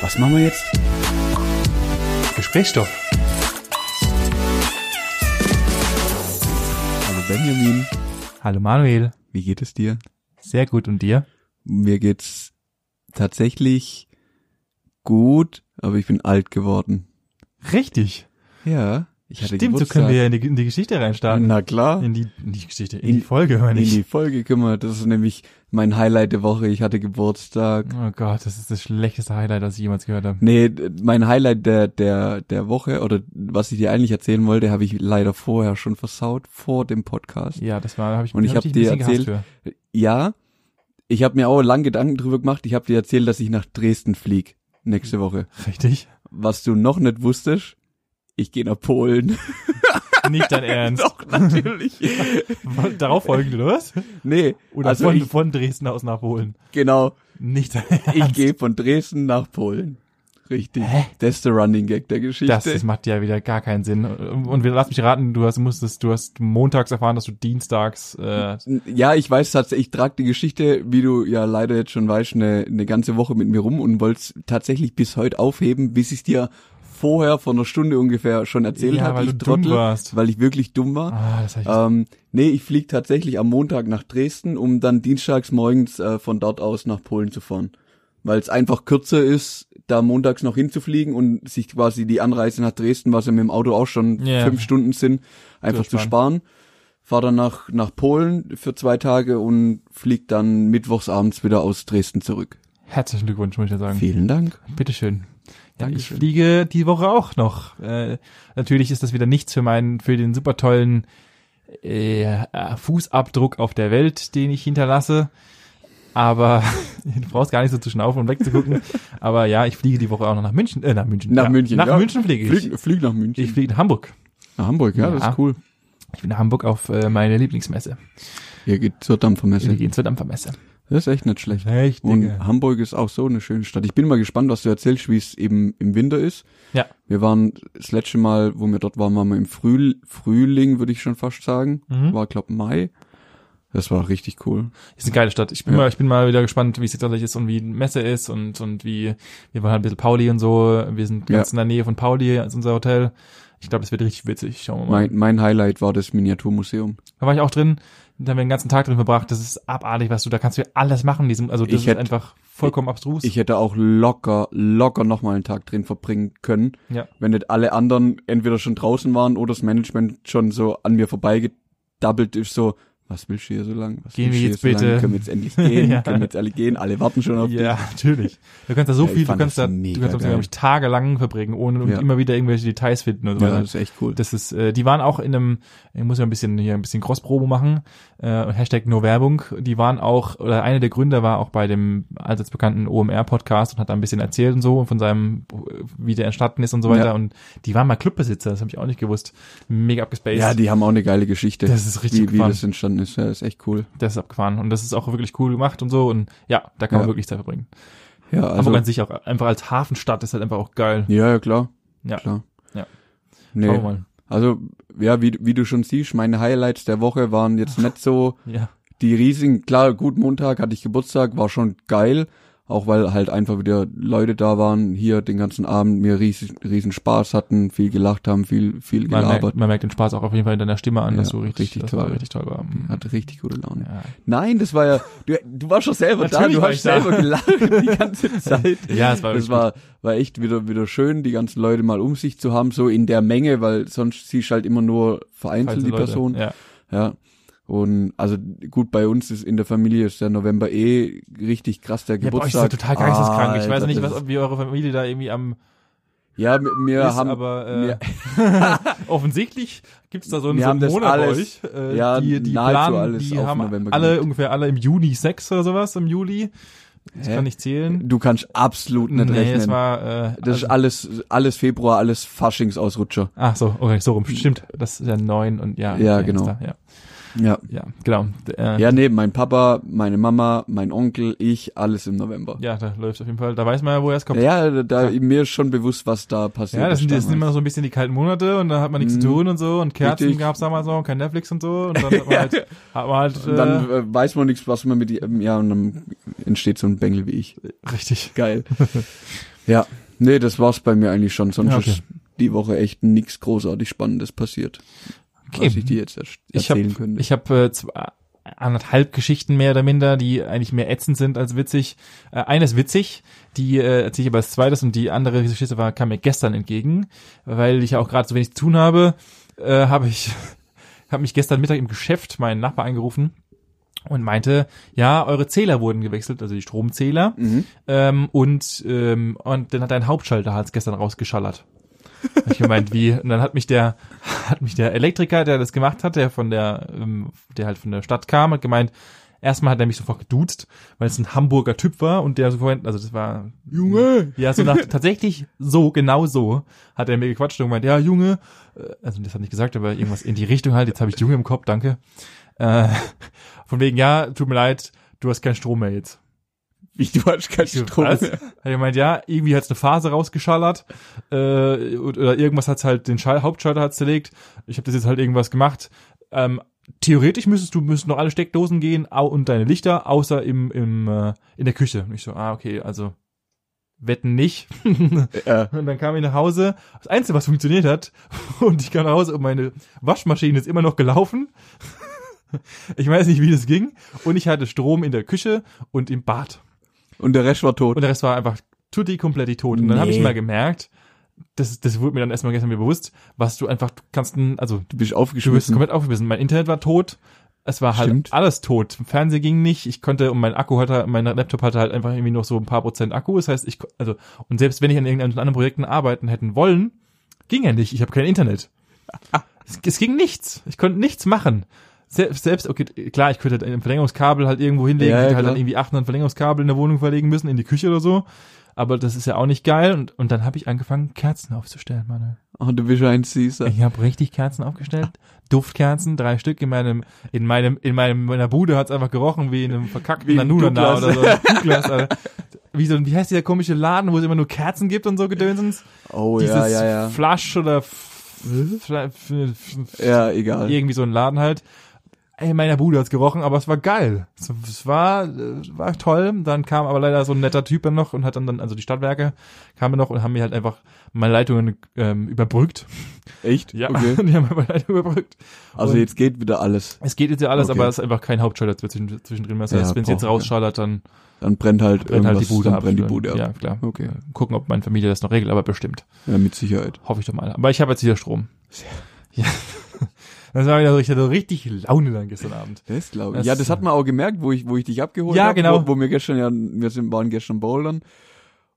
Was machen wir jetzt? Gesprächsstoff. Hallo Benjamin, Hallo Manuel. wie geht es dir? Sehr gut und dir? Mir geht's tatsächlich gut, aber ich bin alt geworden. Richtig. Ja, ich hatte Stimmt, so können wir ja in die, in die Geschichte reinstarten. Na klar, in, In die, in die Geschichte, in, In- die Folge, meine ich. die Folge kümmert. Das ist nämlich mein Highlight der Woche. Ich hatte Geburtstag. Oh Gott, das ist das schlechteste Highlight, das ich jemals gehört habe. Nee, d- mein Highlight der, der, der Woche oder was ich dir eigentlich erzählen wollte, habe ich leider vorher schon versaut, vor dem Podcast. Ja, das war, habe ich, Und ich hab hab dich ein dir bisschen gehasst erzählt- für. Ja, ich habe mir auch lang Gedanken drüber gemacht. Ich habe dir erzählt, dass ich nach Dresden flieg Mhm. nächste Woche. Richtig. Was du noch nicht wusstest, ich gehe nach Polen. Nicht dein Ernst. Doch, natürlich. Darauf folgend, oder was? nee, Oder also von, ich, von Dresden aus nach Polen. genau, Nicht dein Ernst. ich gehe von Dresden nach Polen. Richtig. Hä? Das ist der Running Gag der Geschichte. Das, das macht ja wieder gar keinen Sinn. Und wir, lass mich raten, du hast, musstest, du hast montags erfahren, dass du dienstags, äh, ja, ich weiß tatsächlich, ich trage die Geschichte, wie du ja leider jetzt schon weißt, eine, eine ganze Woche mit mir rum und wollt's tatsächlich bis heute aufheben, bis ich's dir vorher vor einer Stunde ungefähr schon erzählt ja, habe, weil ich du dumm warst. weil ich wirklich dumm war. Ah, das habe ich Ähm, nee, ich fliege tatsächlich am Montag nach Dresden, um dann dienstags morgens äh, von dort aus nach Polen zu fahren. Weil es einfach kürzer ist, da montags noch hinzufliegen und sich quasi die Anreise nach Dresden, was ja mit dem Auto auch schon Ja. fünf Stunden sind, einfach zu Zu sparen. Fahr dann nach, nach Polen für zwei Tage und flieg dann mittwochs abends wieder aus Dresden zurück. Herzlichen Glückwunsch, muss ich ja sagen. Vielen Dank. Bitteschön. Ja, ich Dankeschön. fliege die Woche auch noch. Äh, natürlich ist das wieder nichts für meinen, für den super tollen äh, äh, Fußabdruck auf der Welt, den ich hinterlasse. Aber du brauchst gar nicht so zu schnaufen und wegzugucken. Aber ja, ich fliege die Woche auch noch nach München. Äh, nach München. Nach ja, München, Nach ja. München fliege ich. Flieg, flieg nach München. Ich fliege nach Hamburg. nach Hamburg, ja, das Ja. ist cool. Ich bin nach Hamburg auf äh, meine Lieblingsmesse. Hier geht zur Wir Dampfermesse. gehen zur Dampfermesse. Das ist Mhm. echt nicht schlecht. Echt, Und Hamburg ist auch so eine schöne Stadt. Ich bin mal gespannt, was du erzählst, wie es eben im Winter ist. Ja. Wir waren das letzte Mal, wo wir dort waren, waren wir im Frühl, Frühling, würde ich schon fast sagen. Mhm. War, glaub, Mai. Das war richtig cool. Ist eine geile Stadt. Ich bin, Ja. mal, ich bin mal wieder gespannt, wie es jetzt tatsächlich ist und wie die Messe ist und, und wie, wir waren halt ein bisschen Pauli und so. Wir sind ganz in der Nähe von Pauli als unser Hotel. Ich glaube, das wird richtig witzig. Schauen wir mal. Mein, mein Highlight war das Miniaturmuseum. Da war ich auch drin. Da haben wir den ganzen Tag drin verbracht. Das ist abartig, was du, da kannst du ja alles machen. in Diesem, also das Ich ist hätt- einfach vollkommen abstrus. Ich hätte auch locker, locker nochmal einen Tag drin verbringen können, ja. wenn nicht alle anderen entweder schon draußen waren oder das Management schon so an mir vorbeigedabbelt ist, so, was willst du hier so lang? Was Gehen willst wir du hier so jetzt bitte? Lang? Können wir jetzt endlich gehen? Ja. Können wir jetzt alle gehen? Alle warten schon auf dich. Ja, natürlich. Du kannst da so Ja, ich viel, du fand kannst da, das du mega kannst da, geil. glaube ich, tagelang verbringen, ohne und Ja. immer wieder irgendwelche Details finden und so weiter. ist echt cool. Das ist, äh, die waren auch in einem, ich muss ja ein bisschen hier ein bisschen Cross-Promo machen, äh, Hashtag No Werbung, die waren auch, oder einer der Gründer war auch bei dem allseits bekannten OMR-Podcast und hat da ein bisschen erzählt und so von seinem, äh, wie der entstanden ist und so weiter. Ja. Und die waren mal Clubbesitzer, das habe ich auch nicht gewusst. Mega abgespaced. ja, die haben auch eine geile Geschichte, das ist wie, richtig wie abgefahren. das entstanden ist. Ja, ist echt cool. Das ist abgefahren. Und das ist auch wirklich cool gemacht und so. Und ja, da kann man Ja. wirklich Zeit verbringen. Ja, also, Hamburg an sich auch einfach als Hafenstadt ist halt einfach auch geil. ja, ja, klar. Ja. Klar. Ja. Schauen Nee. wir mal. Also, ja, wie, wie du schon siehst, meine Highlights der Woche waren jetzt nicht so Ja. die riesigen. Klar, gut, Montag hatte ich Geburtstag, war schon geil. Auch weil halt einfach wieder Leute da waren, hier den ganzen Abend mir riesen, riesen Spaß hatten, viel gelacht haben, viel, viel Man merkt, gelabert. man merkt den Spaß auch auf jeden Fall in deiner Stimme an, Ja, dass du richtig, richtig dass toll. du richtig toll war. Hatte richtig gute Laune. Ja. Nein, das war ja, du, du warst schon selber da, Natürlich du war hast ich da. selber gelacht die ganze Zeit. Ja, es war Das wirklich war, war echt wieder, wieder schön, die ganzen Leute mal um sich zu haben, so in der Menge, weil sonst siehst du halt immer nur vereinzelt die Person. Ja. Ja. Und also gut, bei uns ist in der Familie ist der November eh richtig krass der Ja, bei euch ist ja Geburtstag. Ah, total geisteskrank. ich weiß Alter, ja nicht, das was, ist- ob wie eure Familie da irgendwie am Ja, wir, wir ist, haben aber äh, wir- offensichtlich gibt's da so einen, Wir so haben einen das Monat alles- bei euch. Äh, ja, die, die nahezu planen, alles die auf haben November alle gelegt. ungefähr alle im Juni Sex oder sowas, im Juli. Das Hä? kann ich zählen. du kannst absolut nicht nee, rechnen. es war äh, also, das ist alles, alles Februar, alles Faschingsausrutscher. Ach so, okay, so rum. Stimmt, das ist ja neun und ja. Ja, ist genau. Da, ja, Ja. ja, genau. D- Äh, ja. Ja, nee, mein Papa, meine Mama, mein Onkel, ich, alles im November. ja, da läuft auf jeden Fall. Da weiß man ja, woher es kommt. Ja, da, da mir ist schon bewusst, was da passiert. Ja, das sind, das sind damals. immer so ein bisschen die kalten Monate und da hat man nichts zu Mhm. tun und so und Kerzen Richtig. gab's damals noch und kein Netflix und so und dann hat man halt, hat man halt Und dann äh, äh, weiß man nichts, was man mit die, ähm, ja, und dann entsteht so ein Bengel wie ich. richtig. Geil. Ja, nee, das war's bei mir eigentlich schon. Sonst Ja, okay. ist die Woche echt nichts großartig Spannendes passiert. Okay. Was ich dir jetzt erst Ich habe erzählen könnte. ich hab, äh, zwei- anderthalb Geschichten mehr oder minder, die eigentlich mehr ätzend sind als witzig. Äh, eine ist witzig, die äh, erzähle ich aber als zweites und die andere Geschichte war, kam mir gestern entgegen, weil ich ja auch gerade so wenig zu tun habe, äh, habe ich habe mich gestern Mittag im Geschäft meinen Nachbar angerufen und meinte, ja, eure Zähler wurden gewechselt, also die Stromzähler. Mhm. Ähm, und, ähm, und dann hat dein Hauptschalter hat's gestern rausgeschallert. Hab ich gemeint, wie? Und dann hat mich der, hat mich der Elektriker, der das gemacht hat, der von der, ähm, der halt von der Stadt kam, hat gemeint, erstmal hat er mich sofort geduzt, weil es ein Hamburger Typ war und der so vorhin, also das war Junge! ja, so nach, tatsächlich so, genau so, hat er mir gequatscht und gemeint, ja, Junge, äh, also das hat er nicht gesagt, aber irgendwas in die Richtung halt, jetzt habe ich Junge im Kopf, danke. Äh, von wegen, ja, tut mir leid, du hast keinen Strom mehr jetzt. Wie, du hast keinen Strom. Was? mehr. Hat er gemeint, ja, irgendwie hat's eine Phase rausgeschallert äh, und- oder irgendwas hat's halt, den Schall, Hauptschalter hat's zerlegt. Ich habe das jetzt halt irgendwas gemacht. Ähm, theoretisch müsstest du, müssten noch alle Steckdosen gehen au, und deine Lichter, außer im, im äh, in der Küche. Und ich so, ah, okay, also wetten nicht. Äh, Und dann kam ich nach Hause. Das Einzige, was funktioniert hat, und ich kam nach Hause und meine Waschmaschine ist immer noch gelaufen. Ich weiß nicht, wie das ging. Und ich hatte Strom in der Küche und im Bad. und der Rest war tot. Und der Rest war einfach tutti komplett tot. Und dann habe ich Nee. mal gemerkt, das, das wurde mir dann erstmal gestern wieder bewusst, was du einfach, du kannst, n- also Du bist du bist aufgeschmissen. komplett aufgewiesen. Mein Internet war tot. Es war halt Stimmt. alles tot. Fernseher ging nicht. Ich konnte, und mein Akku hatte, mein Laptop hatte halt einfach irgendwie noch so ein paar Prozent Akku. Das heißt, ich, ko- also, und selbst wenn ich an irgendeinen anderen Projekten arbeiten hätten wollen, ging ja nicht. Ich habe kein Internet. es, es ging nichts. Ich konnte nichts machen. Selbst, selbst, okay, klar, ich könnte halt ein Verlängerungskabel halt irgendwo hinlegen, Ja, ja, hätte halt dann klar. irgendwie 800 Verlängerungskabel in der Wohnung verlegen müssen, in die Küche oder so. Aber das ist ja auch nicht geil. Und, und dann habe ich angefangen, Kerzen aufzustellen, Manuel. Oh, du bist ein Caesar. Ich habe richtig Kerzen aufgestellt. Duftkerzen, drei Stück in meinem, in meinem, in meinem, meiner Bude hat's einfach gerochen wie in einem verkackten Wie ein Nanunana oder Douglas. so. Douglas, Alter. Wie so ein, wie heißt dieser komische Laden, wo es immer nur Kerzen gibt und so Gedönsens? Oh, Dieses ja, ja, ja. Flush oder F- Fla- F- F- Ja, egal. irgendwie so ein Laden halt. Ey, in meiner Bude hat's gerochen, aber es war geil. Es, es war, äh, war toll. Dann kam aber leider so ein netter Typ dann noch und hat dann, dann also die Stadtwerke kamen noch und haben mir halt einfach meine Leitungen ähm, überbrückt. Echt? Ja, Okay. die haben aber leider überbrückt. Also Und jetzt geht wieder alles. Es geht jetzt ja alles, Okay. aber es ist einfach kein Hauptschalter zwischen, zwischendrin mehr. Das Ja, heißt, wenn es braucht jetzt rausschallert, dann Dann brennt halt brennt halt die irgendwas. Bude dann ab. brennt die Bude ab. Ja, klar. Okay. Äh, Gucken, ob meine Familie das noch regelt, aber bestimmt. ja, mit Sicherheit. Hoffe ich doch mal. Aber ich habe jetzt wieder Strom. Ja. Das war wieder so, ich hatte richtig Laune dann gestern Abend. Das glaube Das- ich. Ja, das hat man auch gemerkt, wo ich, wo ich dich abgeholt Ja, habe. genau. Wo, wo wir gestern ja, wir sind, waren gestern bouldern.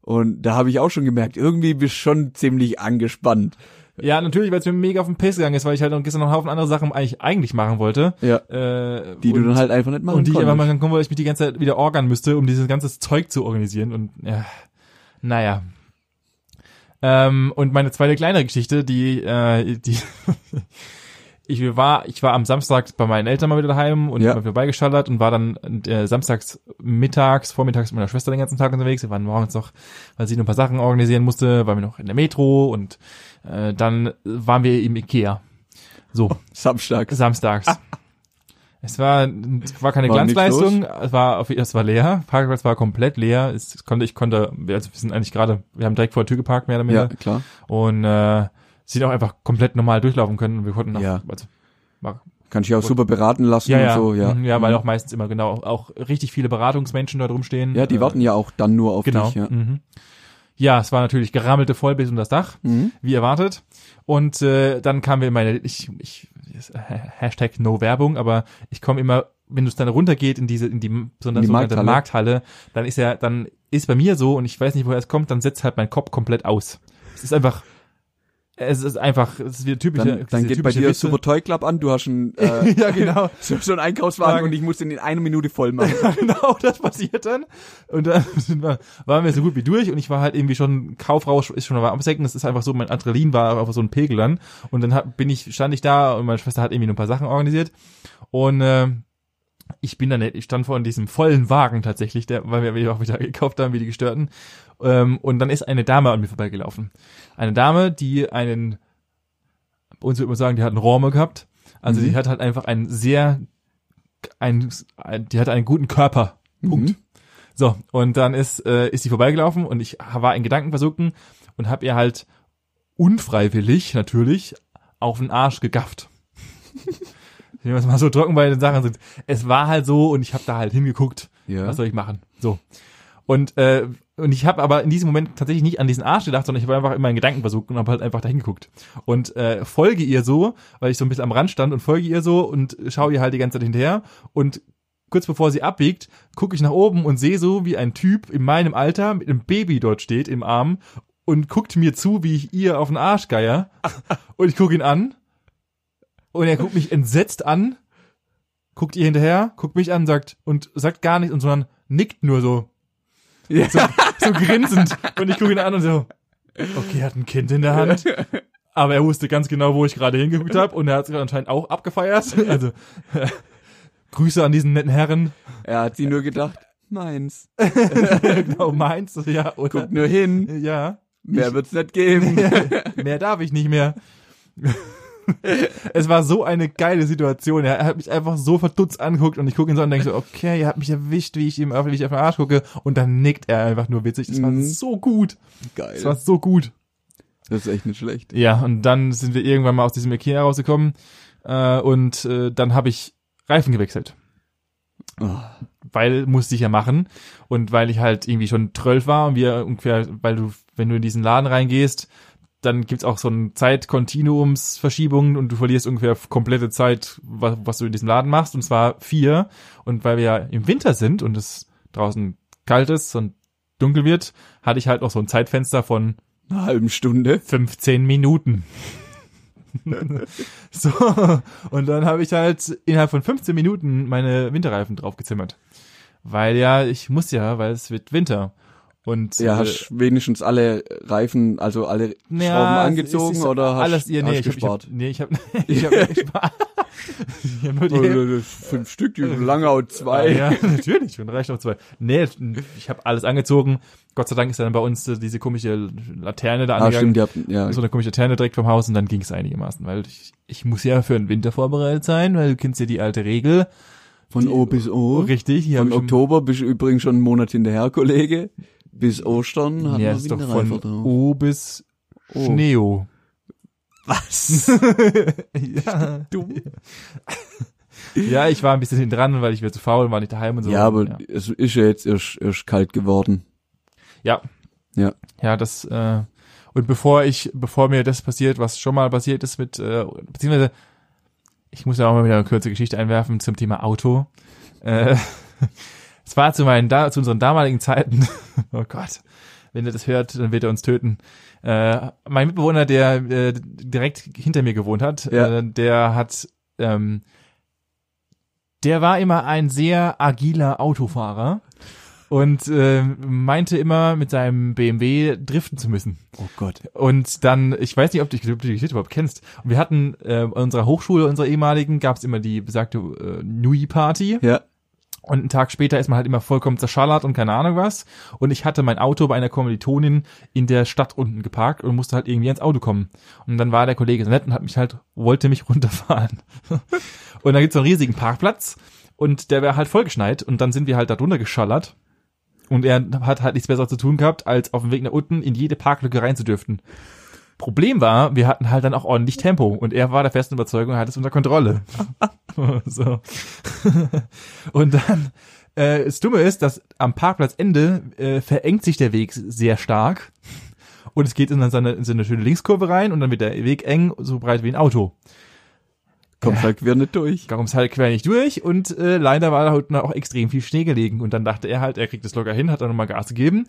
Und da habe ich auch schon gemerkt, irgendwie bist schon ziemlich angespannt. Ja, natürlich, weil es mir mega auf den Piss gegangen ist, weil ich halt noch gestern noch einen Haufen andere Sachen eigentlich, eigentlich machen wollte. Ja. Äh, Die du und- dann halt einfach nicht machen Und die ich konntest. aber mal dann kommen, weil ich mich die ganze Zeit wieder orgern müsste, um dieses ganze Zeug zu organisieren. Und ja, naja. Ähm, und meine zweite kleinere Geschichte, die, äh, die ich war, ich war am Samstag bei meinen Eltern mal wieder daheim und Ja. mal wieder beigeschallert und war dann äh, samstags mittags, vormittags mit meiner Schwester den ganzen Tag unterwegs. Wir waren morgens noch, weil sie noch ein paar Sachen organisieren musste, waren wir noch in der Metro und äh, dann waren wir im Ikea. So. Samstag. Samstags. Es war, es war keine War nix Glanzleistung, es war, auf- es war leer, Parkplatz war komplett leer, es, es konnte, ich konnte, wir- also wir sind eigentlich gerade, wir haben direkt vor der Tür geparkt, mehr oder Ja, weniger, klar. und äh, sind auch einfach komplett normal durchlaufen können und wir konnten, nach, Ja. also, war, Kannst dich auch super beraten lassen ja, und ja, so, ja. mhm, ja, weil auch meistens immer genau, auch richtig viele Beratungsmenschen dort rumstehen. Äh, Ja, die warten ja auch dann nur auf genau, dich, ja. mhm. ja, es war natürlich gerammelte voll bis um das Dach Mhm. wie erwartet. Und äh, dann kamen wir in meine, ich, ich, Hashtag No Werbung, aber ich komme immer, wenn es dann runtergeht in diese, in die, so eine die sogenannte Markthalle. Markthalle, dann ist ja, dann ist bei mir so und ich weiß nicht, woher es kommt, dann setzt halt mein Kopf komplett aus. Es ist einfach, es ist einfach, es ist wieder typische, Dann, dann diese geht bei typische ne? dir Witze. Super Toy Club an, du hast einen, äh, ja, genau. so, so einen Einkaufswagen und ich muss den in einer Minute voll machen. Ja, genau, das passiert dann. Und dann sind wir, waren wir so gut wie durch und ich war halt irgendwie schon, Kaufrausch ist schon am Absenken, das ist einfach so, mein Adrenalin war einfach so ein Pegel dann. Und dann hab, bin ich, stand ich da und meine Schwester hat irgendwie noch ein paar Sachen organisiert. Und äh, ich bin dann, ich stand vor diesem vollen Wagen tatsächlich, der, weil wir auch wieder gekauft haben, wie die Gestörten. Ähm, und dann ist eine Dame an mir vorbeigelaufen. Eine Dame, die einen, bei uns würde man sagen, die hat einen Rohrme gehabt. Also Mhm. die hat halt einfach einen sehr, einen, ein, die hat einen guten Körper. Punkt. Mhm. So, und dann ist, äh, ist sie vorbeigelaufen und ich war in Gedanken versunken und hab ihr halt unfreiwillig natürlich auf den Arsch gegafft. Wenn wir es mal so trocken bei den Sachen sind. Es war halt so und ich habe da halt hingeguckt. Ja. Was soll ich machen? So. Und, äh, und ich habe aber in diesem Moment tatsächlich nicht an diesen Arsch gedacht, sondern ich habe einfach in meinen Gedanken versucht und habe halt einfach dahin geguckt. Und äh, folge ihr so, weil ich so ein bisschen am Rand stand und folge ihr so und schaue ihr halt die ganze Zeit hinterher. Und kurz bevor sie abbiegt, gucke ich nach oben und sehe so, wie ein Typ in meinem Alter mit einem Baby dort steht im Arm und guckt mir zu, wie ich ihr auf den Arsch geier. und ich gucke ihn an. Und er guckt mich entsetzt an, guckt ihr hinterher, guckt mich an, sagt und sagt gar nichts und sondern nickt nur so. Ja. So, so grinsend. Und ich gucke ihn an und so, okay, er hat ein Kind in der Hand. Aber er wusste ganz genau, wo ich gerade hingeguckt habe und er hat sich anscheinend auch abgefeiert. Also Grüße an diesen netten Herren. Er hat sie nur gedacht, meins. Genau, meins, ja, oder? Guck nur hin. Ja. Mehr wird's nicht geben. mehr darf ich nicht mehr. es war so eine geile Situation. Er hat mich einfach so verdutzt anguckt und ich gucke ihn so an und denke so, okay, ihr habt mich erwischt, wie ich ihm auf, wie ich auf den Arsch gucke. Und dann nickt er einfach nur witzig. Das war Mhm. so gut. Geil. Das war so gut. Das ist echt nicht schlecht. Ja, und dann sind wir irgendwann mal aus diesem Ikea rausgekommen äh, und äh, dann habe ich Reifen gewechselt. Oh. weil musste ich ja machen und weil ich halt irgendwie schon 12 war und wir ungefähr, weil du, wenn du in diesen Laden reingehst, dann gibt's auch so ein Zeitkontinuumsverschiebung und du verlierst ungefähr komplette Zeit, was, was du in diesem Laden machst und zwar vier und weil wir ja im Winter sind und es draußen kalt ist und dunkel wird, hatte ich halt noch so ein Zeitfenster von Eine halben Stunde. 15 Minuten. so, und dann habe ich halt innerhalb von 15 Minuten meine Winterreifen draufgezimmert. Weil ja, ich muss ja, weil es wird Winter. Und Ja, äh, hast wenigstens alle Reifen, also alle Schrauben ja, es- angezogen es ist oder hast, alles, ja, nee, hast ich gespart? Hab, ich hab, nee, ich habe ich hab nicht gespart. ich hab nur die Also, das ist fünf Stück, die Langau zwei. Ja, natürlich, und reicht auch zwei. Nee, ich habe alles angezogen. Gott sei Dank ist dann bei uns äh, diese komische Laterne da Ah, angegangen. Also stimmt, die hatten, ja. so eine komische Laterne direkt vom Haus und dann ging es einigermaßen, weil ich, ich muss ja für den Winter vorbereitet sein, weil du kennst ja die alte Regel. Von O bis O. Richtig, Von hier habe ich schon- Oktober bist du übrigens schon einen Monat hinterher, Kollege. Bis Ostern hatten ja, wir ist doch Winterreifen von drauf. O bis Oh. Schneo. Was? ja. ja, ich war ein bisschen hinten dran, weil ich wieder zu faul war, nicht daheim und so. ja, aber ja, es ist ja jetzt erst, erst kalt geworden. ja, Ja. Ja, das äh, und bevor ich, bevor mir das passiert, was schon mal passiert ist mit, äh, beziehungsweise ich muss ja auch mal wieder eine kurze Geschichte einwerfen zum Thema Auto. Äh, es war zu meinen, da, zu unseren damaligen Zeiten. oh Gott, wenn er das hört, dann wird er uns töten. Äh, mein Mitbewohner, der äh, direkt hinter mir gewohnt hat, Ja. äh, der hat, ähm, der war immer ein sehr agiler Autofahrer und äh, meinte immer mit seinem BMW driften zu müssen. Oh Gott. Und dann, ich weiß nicht, ob du die ob du die Geschichte überhaupt kennst. Und wir hatten äh, an unserer Hochschule, unserer ehemaligen, gab es immer die besagte äh, Nui-Party. Ja. Und einen Tag später ist man halt immer vollkommen zerschallert und keine Ahnung was. Und ich hatte mein Auto bei einer Kommilitonin in der Stadt unten geparkt und musste halt irgendwie ans Auto kommen. Und dann war der Kollege so nett und hat mich halt, wollte mich runterfahren. und da gibt's so einen riesigen Parkplatz und der wäre halt vollgeschneit und dann sind wir halt da drunter geschallert. Und er hat halt nichts Besseres zu tun gehabt, als auf dem Weg nach unten in jede Parklücke reinzudürften. Problem war, wir hatten halt dann auch ordentlich Tempo und er war der festen Überzeugung, er hat es unter Kontrolle. so. und dann, äh, das Dumme ist, dass am Parkplatzende äh, verengt sich der Weg sehr stark und es geht in so eine, in so eine schöne Linkskurve rein und dann wird der Weg eng, so breit wie ein Auto. Kommt halt quer nicht durch. Darum ist halt quer nicht durch und äh, leider war da unten auch extrem viel Schnee gelegen und dann dachte er halt, er kriegt es locker hin, hat dann nochmal Gas gegeben.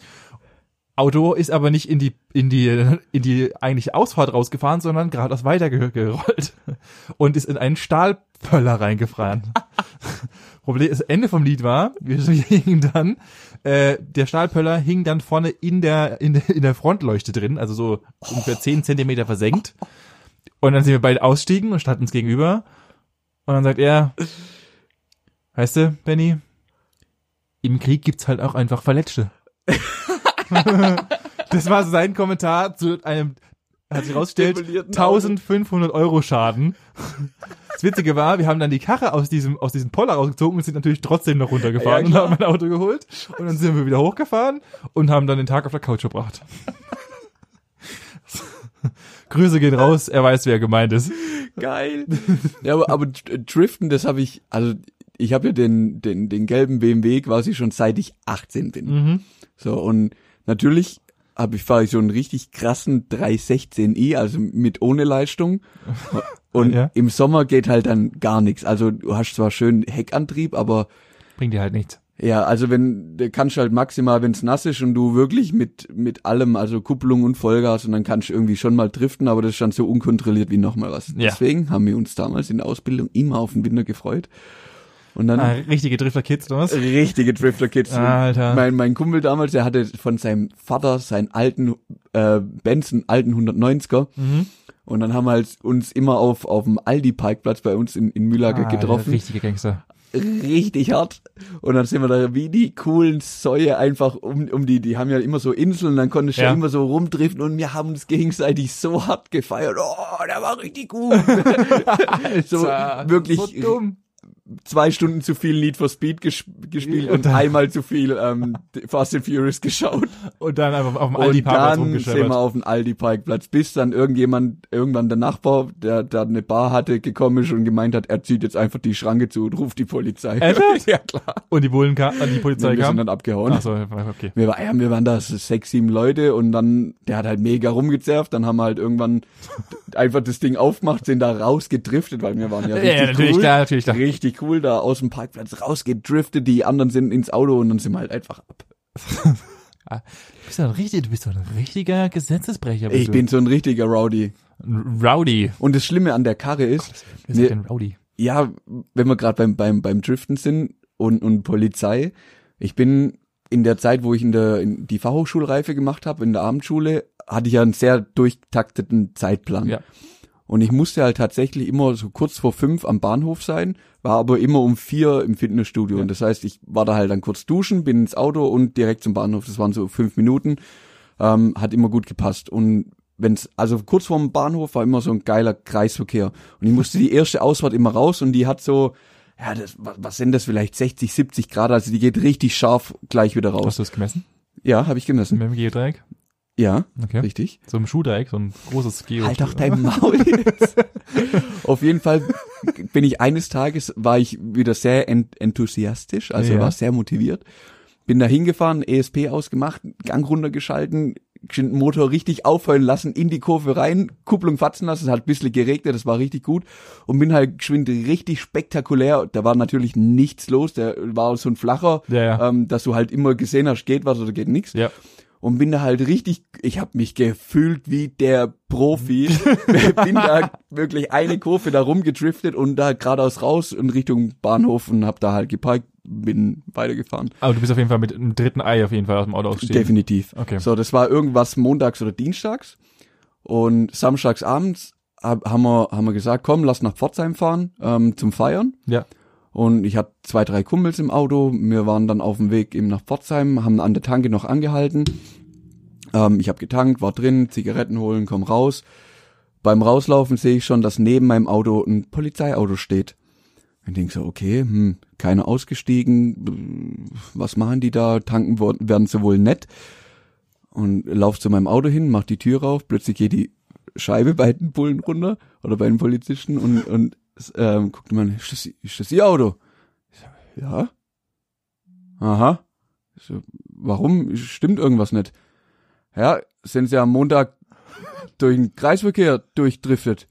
Auto ist aber nicht in die in die in die eigentliche Ausfahrt rausgefahren, sondern geradeaus weitergerollt und ist in einen Stahlpöller reingefahren. Problem, das Ende vom Lied war, wir hingen dann, äh, der Stahlpöller hing dann vorne in der in der in der Frontleuchte drin, also so ungefähr 10 Zentimeter versenkt. Und dann sind wir beide ausstiegen und standen uns gegenüber. Und dann sagt er, weißt du, Benny, im Krieg gibt's halt auch einfach Verletzte. das war sein Kommentar zu einem, hat sich rausgestellt, Stimulierten Augen. 1500 Euro Schaden. Das Witzige war, wir haben dann die Karre aus diesem, aus diesem Poller rausgezogen und sind natürlich trotzdem noch Ja, runtergefahren und klar. haben ein Auto geholt. Und dann sind wir wieder hochgefahren und haben dann den Tag auf der Couch verbracht. Grüße gehen raus, er weiß, wer gemeint ist. Geil. ja, aber, aber Dr- Driften, das habe ich, also ich habe ja den, den, den gelben BMW quasi schon seit ich 18 bin. Mhm. So, und natürlich habe ich, fahre ich so einen richtig krassen 316i, also mit ohne Leistung. Und Ja. im Sommer geht halt dann gar nichts. Also du hast zwar schön Heckantrieb, aber Bringt dir halt nichts. ja, also wenn, da kannst du halt maximal, wenn es nass ist und du wirklich mit, mit allem, also Kupplung und Vollgas und dann kannst du irgendwie schon mal driften, aber das ist dann so unkontrolliert wie nochmal was. Ja. Deswegen haben wir uns damals in der Ausbildung immer auf den Winter gefreut. Und dann Äh, Ah, richtige Drifter-Kids, oder was? richtige Drifter-Kids. Alter. Mein, mein Kumpel damals, der hatte von seinem Vater seinen alten äh, Benz, einen alten 190er. Mhm. Und dann haben wir halt uns immer auf, auf dem Aldi-Parkplatz bei uns in, in Mühlager Ah, getroffen. Richtige Gangster. richtig hart. Und dann sind wir da wie die coolen Säue einfach um, um die, die haben ja immer so Inseln, dann konnte ich ja. Ja. immer so rumdriften und wir haben uns gegenseitig so hart gefeiert. Oh, der war richtig gut. so Also, wirklich So dumm. zwei Stunden zu viel Need for Speed ges gespielt und Und dann- einmal zu viel ähm, Fast and Furious geschaut. Und dann einfach auf dem Und Aldi-Parkplatz dann sind wir rumgeschleppert. auf dem Aldi-Parkplatz, bis dann irgendjemand, irgendwann der Nachbar, der da eine Bar hatte, gekommen ist und gemeint hat, er zieht jetzt einfach die Schranke zu und ruft die Polizei. Ernsthaft? ja klar. Und die Bullen kam, und die Polizei Und wir sind kam. dann abgehauen. Achso, okay. Wir, war, ja, wir waren da so sechs, sieben Leute und dann, der hat halt mega rumgezerrt, dann haben wir halt irgendwann einfach das Ding aufgemacht, sind da rausgedriftet, weil wir waren ja Ja, richtig ja, natürlich, cool. klar, natürlich, klar. Richtig cool, da aus dem Parkplatz rausgedriftet, die anderen sind ins Auto und dann sind wir halt einfach ab. Du bist, doch ein richtig, du bist doch ein richtiger Gesetzesbrecher. Ich du. bin so ein richtiger Rowdy. Ein Rowdy. Und das Schlimme an der Karre ist, Wer sagt Nee. denn Rowdy? ja, wenn wir gerade beim, beim, beim Driften sind und, und Polizei, ich bin in der Zeit, wo ich in der in die Fachhochschulreife gemacht habe, in der Abendschule, hatte ich ja einen sehr durchtakteten Zeitplan. Ja. Und ich musste halt tatsächlich immer so kurz vor fünf am Bahnhof sein, war aber immer um vier im Fitnessstudio. Und das heißt, ich war da halt dann kurz duschen, bin ins Auto und direkt zum Bahnhof. Das waren so fünf Minuten. Ähm, hat immer gut gepasst. Und wenn's, also kurz vorm Bahnhof war immer so ein geiler Kreisverkehr. Und ich musste die erste Ausfahrt immer raus und die hat so, ja, das, was, was sind das vielleicht 60, 70 Grad? Also die geht richtig scharf gleich wieder raus. Hast du das gemessen? Ja, habe ich gemessen. Mit dem Geodreieck? Ja, Okay. richtig. So ein Schuhdreieck, so ein großes Geo. Halt doch dein Maul jetzt. Auf jeden Fall bin ich eines Tages, war ich wieder sehr ent enthusiastisch, also Ja. war sehr motiviert. Bin da hingefahren, ESP ausgemacht, Gang runtergeschalten, den Motor richtig aufheulen lassen, in die Kurve rein, Kupplung fatzen lassen, es hat ein bisschen geregnet, das war richtig gut und bin halt geschwind richtig spektakulär, da war natürlich nichts los, der war so ein flacher, Ja, ja. ähm, dass du halt immer gesehen hast, geht was oder geht nichts ja. und bin da halt richtig, ich habe mich gefühlt wie der Profi, bin da wirklich eine Kurve da rumgedriftet und da geradeaus raus in Richtung Bahnhof und hab da halt geparkt, bin weitergefahren. Aber du bist auf jeden Fall mit einem dritten Ei auf jeden Fall aus dem Auto ausgestiegen. Definitiv. Okay. So, das war irgendwas montags oder dienstags und samstags abends hab, haben, wir, haben wir gesagt, komm, lass nach Pforzheim fahren ähm, zum Feiern. Ja. Und ich hatte zwei, drei Kumpels im Auto. Wir waren dann auf dem Weg eben nach Pforzheim, haben an der Tanke noch angehalten. Ähm, ich habe getankt, war drin, Zigaretten holen, komm raus. Beim Rauslaufen sehe ich schon, dass neben meinem Auto ein Polizeiauto steht. Ich denke so, okay, hm, keiner ausgestiegen, was machen die da? Tanken wor- werden sie wohl nett. Und lauf zu meinem Auto hin, mach die Tür auf, plötzlich geht die Scheibe bei den Bullen runter oder bei den Polizisten und, und ähm, guckt man, ist das, ist das ihr Auto? Ich so, ja. Aha. Ich so, warum? Stimmt irgendwas nicht? Ja, sind sie am Montag durch den Kreisverkehr durchdriftet.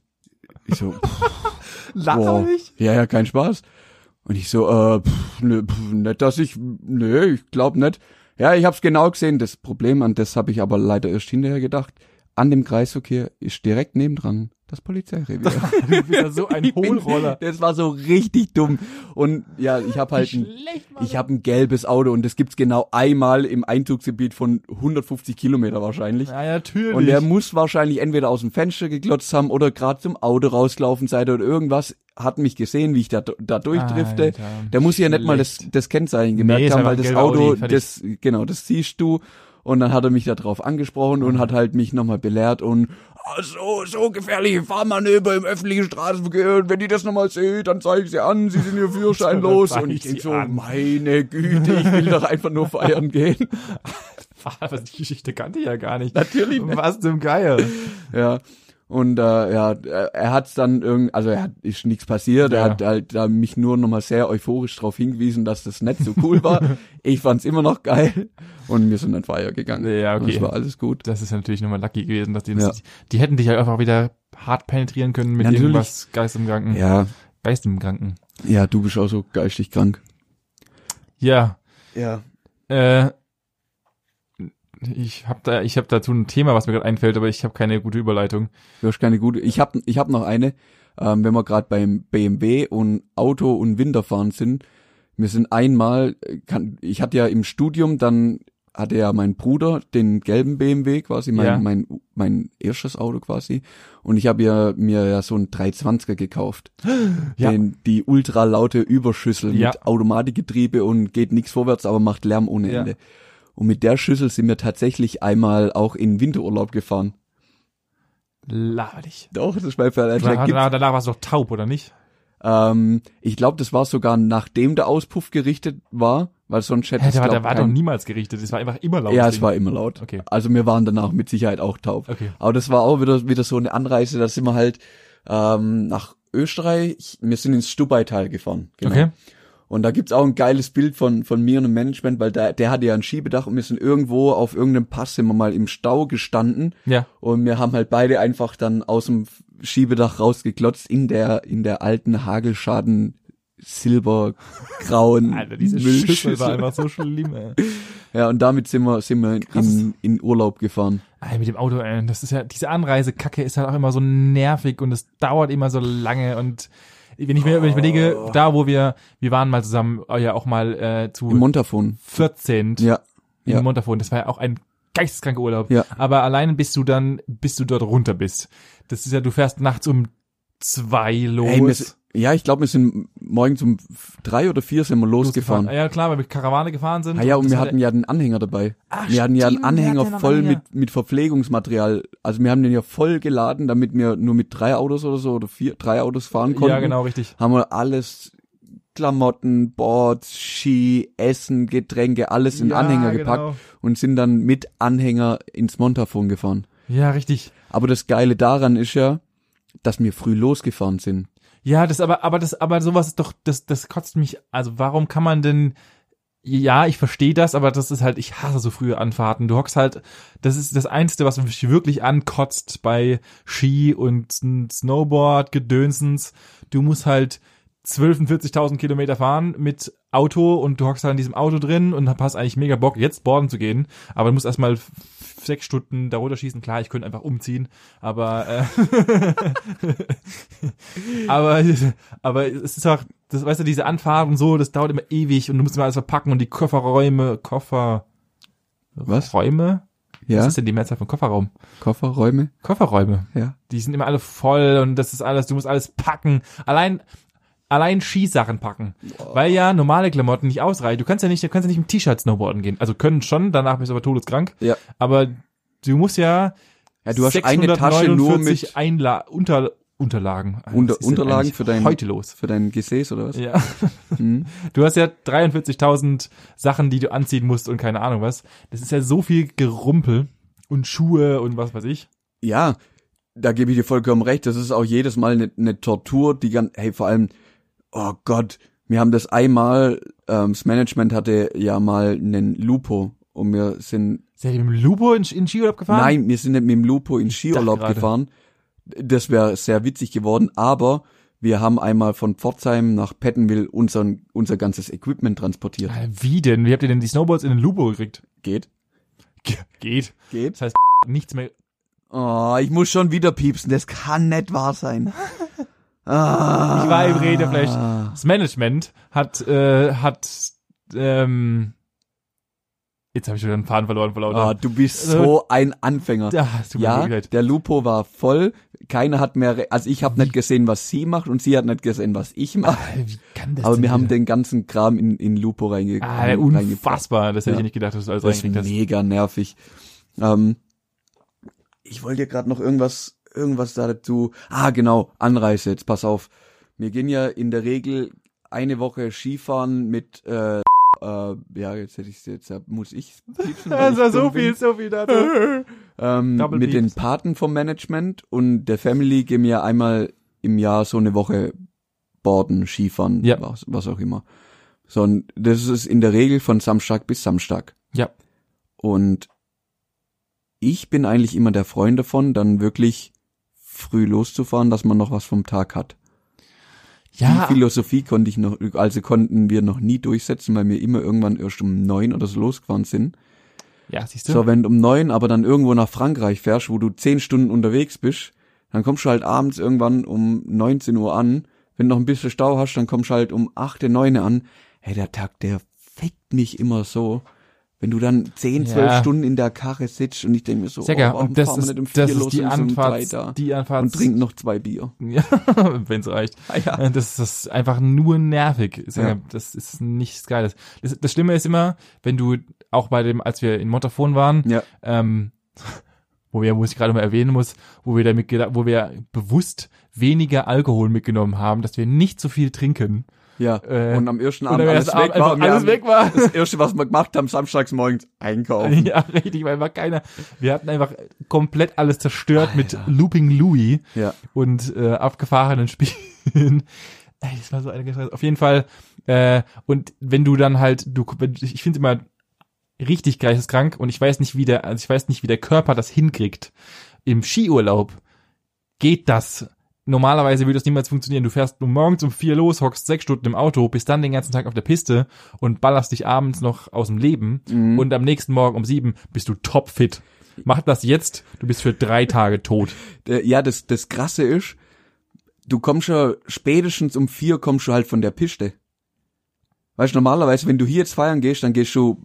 Ich so, pff, Lacherlich? ja, ja, kein Spaß. Und ich so, äh, pff, nö, pff, nicht, dass ich, nö, ich glaub nicht. Ja, ich hab's genau gesehen. Das Problem, an das habe ich aber leider erst hinterher gedacht, an dem Kreisverkehr ist direkt nebendran das Polizeirevier. Du bist ja so ein Ich bin- Hohlroller. Das war so richtig dumm. Und ja, ich habe halt ein, ich habe ein gelbes Auto und das gibt's genau einmal im Einzugsgebiet von 150 Kilometer wahrscheinlich. Ja, natürlich. Und der muss wahrscheinlich entweder aus dem Fenster geglotzt haben oder gerade zum Auto rausgelaufen sein oder irgendwas. Hat mich gesehen, wie ich da, da durchdrifte. Alter, der muss ja nicht mal das, schlecht. das Kennzeichen gemerkt ist haben, einfach weil ein das gelber Auto, Audi, fertig. das, Mhm. genau, das siehst du. Und dann hat er mich da drauf angesprochen und hat halt mich nochmal belehrt und, "Ah, so, so gefährliche Fahrmanöver im öffentlichen Straßenverkehr. Und wenn die das nochmal sehen, dann zeige ich sie an, sie sind ihr Führerschein So, los. dann zeig Und ich ich denke sie so, an. meine Güte, ich will doch einfach nur feiern gehen. Was, die Geschichte kannte ich ja gar nicht. Natürlich nicht. Was zum Geier. Ja. Und äh, ja, er hat's dann irgend, also er hat, ist nichts passiert, er Ja. hat halt da mich nur nochmal sehr euphorisch darauf hingewiesen, dass das nicht so cool war. ich fand's immer noch geil und wir sind dann feiern gegangen. Ja, okay. Das war alles gut. Das ist ja natürlich nochmal lucky gewesen, dass die, Ja. die, die hätten dich halt einfach wieder hart penetrieren können mit Natürlich. irgendwas Geist im Kranken. Ja, Geist im Kranken. ja, du bist auch so geistig krank. Ja, Ja. äh, ich habe da, ich habe dazu ein Thema, was mir gerade einfällt, aber ich habe keine gute Überleitung. Du hast keine gute. Ich hab, ich hab noch eine, ähm, wenn wir gerade beim BMW und Auto und Winterfahren sind. Wir sind einmal, äh, kann, ich hatte ja im Studium, dann hatte ja mein Bruder den gelben BMW quasi, mein, Ja. mein, mein erstes Auto quasi. Und ich habe ja mir ja so einen 320er gekauft. Ja. Den, die ultra laute Überschüssel Ja. mit Automatikgetriebe und geht nichts vorwärts, aber macht Lärm ohne Ja. Ende. Und mit der Schüssel sind wir tatsächlich einmal auch in Winterurlaub gefahren. Laberlich. Doch, das ist mein Fall. Danach, danach, danach warst du doch taub, oder nicht? Ähm, ich glaube, das war sogar nachdem der Auspuff gerichtet war, weil sonst hätte Hä, ich der, war- der glaub, war doch kein- niemals gerichtet. Es war einfach immer laut. Ja, das es Ding. war immer laut. Okay. Also wir waren danach mit Sicherheit auch taub. Okay. Aber das war auch wieder, wieder so eine Anreise, da sind wir halt ähm, nach Österreich, wir sind ins Stubaital gefahren. Genau. Okay. Und da gibt's auch ein geiles Bild von, von mir und dem Management, weil da, der hatte ja ein Schiebedach und wir sind irgendwo auf irgendeinem Pass, sind wir mal im Stau gestanden Ja. und wir haben halt beide einfach dann aus dem Schiebedach rausgeklotzt in der, in der alten Hagelschaden silbergrauen Alter, diese Müllschüssel. Schüssel war einfach so schlimm, ey. Ja, und damit sind wir, sind wir Krass. in, in Urlaub gefahren. Ey, mit dem Auto, ey, das ist ja, diese Anreisekacke ist halt auch immer so nervig und es dauert immer so lange und wenn ich mir wenn ich Oh. überlege, da wo wir, wir waren mal zusammen, äh, ja auch mal äh, zu Im Montafon. 14 Ja. in ja. Montafon, das war ja auch ein geisteskranker Urlaub. Ja. Aber alleine bist du dann, bis du dort runter bist. Das ist ja, du fährst nachts um zwei los. Ey, wir, s- ja, ich glaube, wir sind morgen um drei oder vier sind wir losgefahren. Ah Ja klar, weil wir mit Karawane gefahren sind. Ah ja, und das wir hat- hatten ja den Anhänger dabei. Ach, wir hatten ja einen stimmt, wir Anhänger hatten ja noch voll einen mit, mit Verpflegungsmaterial. Also wir haben den ja voll geladen, damit wir nur mit drei Autos oder so oder vier, drei Autos fahren konnten. Ja, genau, richtig. Haben wir alles, Klamotten, Boards, Ski, Essen, Getränke, alles in Ja, Anhänger genau. gepackt und sind dann mit Anhänger ins Montafon gefahren. Ja, richtig. Aber das Geile daran ist ja, dass wir früh losgefahren sind. Ja, das aber, aber das, aber sowas ist doch, das, das kotzt mich. Also warum kann man denn? Ja, ich verstehe das, aber das ist halt, ich hasse so frühe Anfahrten. Du hockst halt, das ist das Einzige, was mich wirklich ankotzt bei Ski und S- Snowboard, Gedönsens. Du musst halt 12.000 Kilometer fahren mit Auto und du hockst halt in diesem Auto drin und hast eigentlich mega Bock, jetzt boarden zu gehen. Aber du musst erstmal f- sechs Stunden darunter schießen. Klar, ich könnte einfach umziehen, aber äh, aber, aber es ist auch, das, weißt du, diese Anfahrt und so, das dauert immer ewig und du musst immer alles verpacken und die Kofferräume, Koffer. Was? Räume? Was Ja, ist denn die Mehrzahl von Kofferraum? Kofferräume, Kofferräume. ja. Die sind immer alle voll und das ist alles, du musst alles packen. Allein, allein Skisachen packen. Weil ja normale Klamotten nicht ausreichen. Du kannst ja nicht, du kannst ja nicht im T-Shirt snowboarden gehen. Also können schon, danach bist du aber todeskrank. Ja. Aber du musst ja, Ja, du hast eine Tasche nur mit 649 Einla Unter Unterlagen. Alter, Unter- was ist denn Unterlagen eigentlich für deinen- Heute los. für dein Gesäß oder was? Ja. Mhm. Du hast ja 43.000 Sachen, die du anziehen musst und keine Ahnung was. Das ist ja so viel Gerumpel und Schuhe und was weiß ich. Ja, da gebe ich dir vollkommen recht. Das ist auch jedes Mal eine ne Tortur, die ganz, hey, vor allem, oh Gott, wir haben das einmal, ähm, das Management hatte ja mal einen Lupo und wir sind, Seid ihr mit dem Lupo in, in Skiurlaub gefahren? nein, wir sind nicht mit dem Lupo in Skiurlaub gerade. gefahren. Das wäre sehr witzig geworden, aber wir haben einmal von Pforzheim nach Pettenwil unseren, unser ganzes Equipment transportiert. Ah, Wie denn? Wie habt ihr denn die Snowboards in den Lupo gekriegt? Geht? Ge- Geht. Geht? Das heißt, nichts mehr. Oh, ich muss schon wieder piepsen, das kann nicht wahr sein. Ah. Ich war im Redefleisch. Das Management hat, äh, hat, ähm, jetzt habe ich wieder einen Faden verloren vor Ah, lauter. du bist Also- so ein Anfänger. Ah, es tut mir Ja, wirklich leid. der Lupo war voll. Keiner hat mehr, re- also ich habe nicht gesehen, was sie macht und sie hat nicht gesehen, was ich mache. Alter, Wie kann Ah, das Aber denn wir haben wieder? den ganzen Kram in, in Lupo reinge Ah, rein- reingepackt. unfassbar. Das hätte Ja. ich nicht gedacht, dass du alles Das ist reingekriegt hast. mega nervig. Ähm, ich wollte dir gerade noch irgendwas irgendwas dazu. Ah, genau, Anreise, jetzt pass auf. Wir gehen ja in der Regel eine Woche Skifahren mit, äh, äh ja, jetzt hätte ich jetzt, ja, muss ich piepsen, weil ich Also so dumm bin. viel, so viel dazu. Ähm, Double mit den Pieps. Paten vom Management und der Family gehen wir einmal im Jahr so eine Woche Borden, Skifahren, Ja. was, was auch immer. So, und das ist in der Regel von Samstag bis Samstag. Ja. Und ich bin eigentlich immer der Freund davon, dann wirklich früh loszufahren, dass man noch was vom Tag hat. ja, Ah. Die Philosophie konnte ich noch, also konnten wir noch nie durchsetzen, weil wir immer irgendwann erst um neun oder so losgefahren sind. ja, siehst du. So, wenn du um neun aber dann irgendwo nach Frankreich fährst, wo du zehn Stunden unterwegs bist, dann kommst du halt abends irgendwann um 19 Uhr an. Wenn du noch ein bisschen Stau hast, dann kommst du halt um 8, 9 an. Hey, der Tag, der fickt mich immer so. Wenn du dann 10, 12 Ja. Stunden in der Karre sitzt und ich denke mir so, Sehr geil. Und das fahren wir ist, nicht um das vier ist die sondern um drei Anfahrt, da? die Anfahrt. Und trink noch zwei Bier. Ja, wenn's reicht. Ah, ja. Äh, Das ist einfach nur nervig. Ist ja- Ja. Das ist nichts Geiles. Das, das Schlimme ist immer, wenn du auch bei dem, als wir in Montafon waren, Ja. ähm, wo wir, wo ich gerade mal erwähnen muss, wo wir damit, geda- wo wir bewusst weniger Alkohol mitgenommen haben, dass wir nicht so viel trinken. Ja. Äh, und am ersten Und Abend dann alles alles, weg war. einfach Wir alles haben- weg war. Das erste, was wir gemacht haben, samstags morgens einkaufen. Ja, richtig, weil einfach keiner. Wir hatten einfach komplett alles Ah, zerstört mit Alter. Looping Louis. Ja. und äh, abgefahrenen Spielen. Ey, das war so eine Scheiße. Auf jeden Fall. Äh, und wenn du dann halt, du, wenn, ich finde immer richtig geisteskrank und ich weiß nicht, wie der, also ich weiß nicht, wie der Körper das hinkriegt. Im Skiurlaub geht das. Normalerweise würde das niemals funktionieren. Du fährst nur morgens um vier los, hockst sechs Stunden im Auto, bist dann den ganzen Tag auf der Piste und ballerst dich abends noch aus dem Leben. Mhm. Und am nächsten Morgen um sieben bist du topfit. Mach das jetzt, du bist für drei Tage tot. Äh, ja, das, das Krasse ist, du kommst ja spätestens um vier kommst du halt von der Piste. Weißt du, normalerweise, wenn du hier jetzt feiern gehst, dann gehst du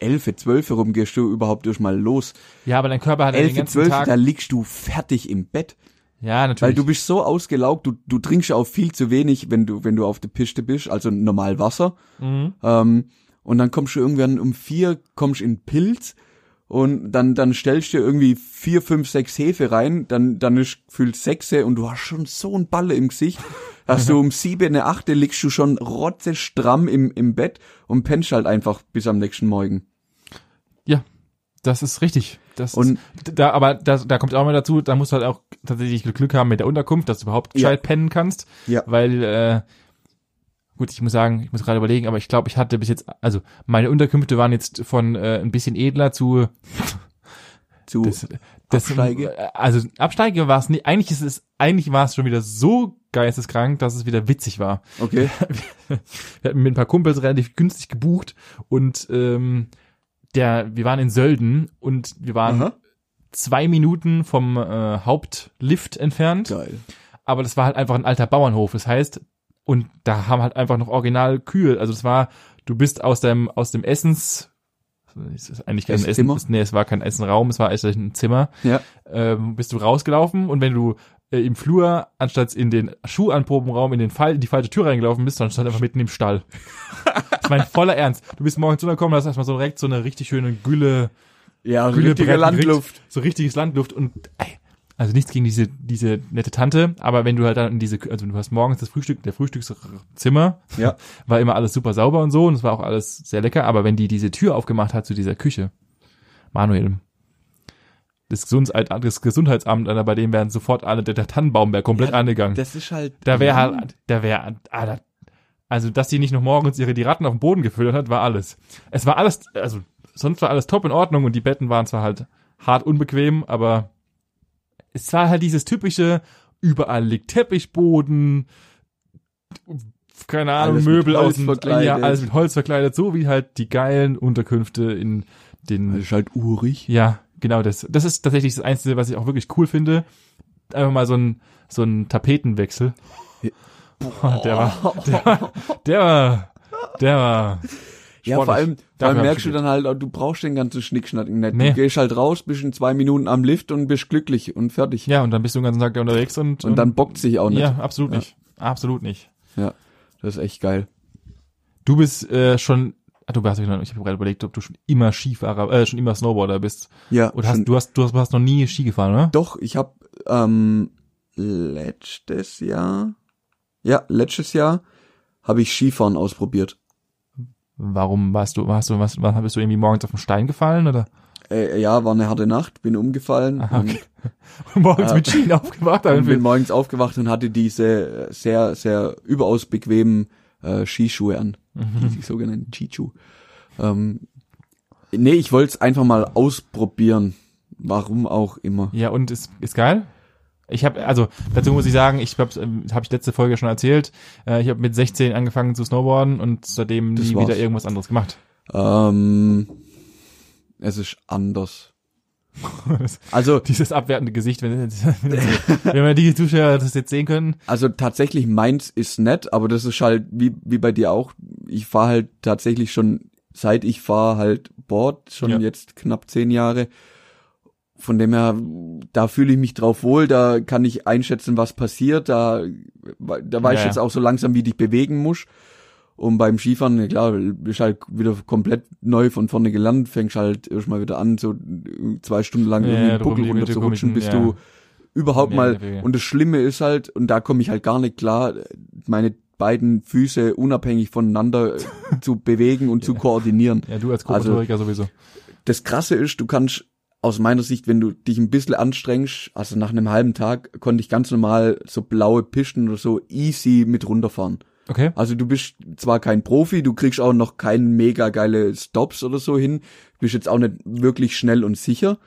elf, zwölf herum, gehst du überhaupt durch mal los. Ja, aber dein Körper hat ja den Elf, ganzen zwölf, Tag. da liegst du fertig im Bett. ja, Weil natürlich. du bist so ausgelaugt, du, du trinkst ja auch viel zu wenig, wenn du, wenn du auf der Piste bist, also normal Wasser. mhm. Ähm, und dann kommst du irgendwann um vier, kommst in Pilz und dann, dann stellst du irgendwie vier, fünf, sechs Hefe rein, dann, dann ist gefühlt sechse und du hast schon so einen Balle im Gesicht, dass du um sieben, eine achte liegst du schon rotzestramm im, im Bett und pennst halt einfach bis am nächsten Morgen. Das ist richtig. Das Und- ist, da, aber da, da kommt auch mal dazu, da musst du halt auch tatsächlich Glück haben mit der Unterkunft, dass du überhaupt Ja. gescheit pennen kannst. Ja. Weil, äh, gut, ich muss sagen, ich muss gerade überlegen, aber ich glaube, ich hatte bis jetzt, also meine Unterkünfte waren jetzt von äh, ein bisschen edler zu Zu, das, das, Absteige? Also Absteige war es nicht. Eigentlich ist es, eigentlich war es schon wieder so geisteskrank, dass es wieder witzig war. okay. wir hatten mit ein paar Kumpels relativ günstig gebucht und ähm, der, wir waren in Sölden und wir waren Aha. zwei Minuten vom äh, Hauptlift entfernt, Geil. aber das war halt einfach ein alter Bauernhof. Das heißt, und da haben halt einfach noch original Kühe. Also das war, du bist aus dem aus dem Essens es ist eigentlich kein Essen, Esszimmer? nee, es war kein Essenraum, es war echt ein Zimmer Ja. ähm, bist du rausgelaufen und wenn du äh, im Flur anstatt in den Schuhanprobenraum in den Fall in die falsche Tür reingelaufen bist, dann stand einfach mitten im Stall. das ist mein voller Ernst. Du bist morgens runtergekommen, hast erstmal so direkt so eine richtig schöne Gülle, Ja, Gülle richtige Brett gekriegt. Landluft. so richtiges Landluft und ey, also nichts gegen diese diese nette Tante, aber wenn du halt dann in diese also du hast morgens das Frühstück, der Frühstückszimmer Ja. war immer alles super sauber und so und es war auch alles sehr lecker, aber wenn die diese Tür aufgemacht hat zu dieser Küche, Manuel, das, Gesundheit, das Gesundheitsamt, Alter, bei dem wären sofort alle, der, der Tannenbaum wäre komplett Ja, angegangen. Das ist halt. da wäre halt, da wäre, Alter, also, dass die nicht noch morgens ihre die Ratten auf den Boden gefüttert hat, war alles. Es war alles, also, sonst war alles top in Ordnung und die Betten waren zwar halt hart unbequem, aber es war halt dieses typische, überall liegt Teppichboden, keine Ahnung, Alles mit Möbel Holz aus dem, verkleidet. ja, alles mit Holz verkleidet, so wie halt die geilen Unterkünfte in den Das ist halt urig. ja, genau das. Das ist tatsächlich das Einzige, was ich auch wirklich cool finde. Einfach mal so ein, so ein Tapetenwechsel. Der war, der war, der war, der war. Ja, vor Sportlich. allem, vor allem Dafür merkst du hab ich dann halt, auch, du brauchst den ganzen Schnickschnack nicht. Nee. Du gehst halt raus, bist in zwei Minuten am Lift und bist glücklich und fertig. Ja, und dann bist du den ganzen Tag da unterwegs und, Und dann bockt sich auch nicht. ja, Ja. absolut nicht. Absolut nicht. Das ist echt geil. Du bist, äh, schon, ah, du warst, ich habe gerade überlegt, ob du schon immer Skifahrer, äh, schon immer Snowboarder bist. Ja. Oder hast, schon- du hast, du hast, du hast noch nie Ski gefahren, oder? doch, ich habe ähm, letztes Jahr, ja, letztes Jahr habe ich Skifahren ausprobiert. Warum warst du, warst du, was, wann bist du irgendwie morgens auf den Stein gefallen oder? Äh, ja, war eine harte Nacht, bin umgefallen Aha, okay. Und morgens Äh, mit Schienen aufgewacht? Hm. und, und bin Alfred? morgens aufgewacht und hatte diese äh, sehr, sehr überaus bequemen äh, Skischuhe an. Die sogenannten Skischuhe. Ähm, nee, ich wollte es einfach mal ausprobieren. Warum auch immer. Ja, und ist, ist geil? Ich habe also dazu muss ich sagen, ich glaube, ähm, habe ich letzte Folge schon erzählt. Äh, ich habe mit 16 angefangen zu snowboarden und seitdem Das nie war's. wieder irgendwas anderes gemacht. Ähm, es ist anders. Das- Also, Dieses abwertende Gesicht, wenn, wenn wir die Zuschauer das jetzt sehen können. also tatsächlich meins ist nett, aber das ist halt wie, wie bei dir auch. Ich fahre halt tatsächlich schon, seit ich fahre halt Board, schon Ja. jetzt knapp zehn Jahre. Von dem her, da fühle ich mich drauf wohl, da kann ich einschätzen, was passiert, da, da weiß Ja, ich ja. jetzt auch so langsam, wie dich bewegen musst. Und beim Skifahren, ja klar, bist halt wieder komplett neu von vorne gelernt, fängst halt erstmal wieder an, so äh, zwei Stunden lang Ja, irgendwie ja, einen Buckel drum die runter zu rutschen, Mittelgummiken, bis ja. du überhaupt Mehr mal oder weniger. und das Schlimme ist halt und da komme ich halt gar nicht klar meine beiden Füße unabhängig voneinander äh, zu bewegen und zu koordinieren. Ja, du als Also- Co-Motoriker sowieso. Das krasse ist, du kannst aus meiner Sicht, wenn du dich ein bisschen anstrengst, also nach einem halben Tag konnte ich ganz normal so blaue Pisten oder so easy mit runterfahren. Okay. Also du bist zwar kein Profi, du kriegst auch noch keine mega geile Stops oder so hin, bist jetzt auch nicht wirklich schnell und sicher,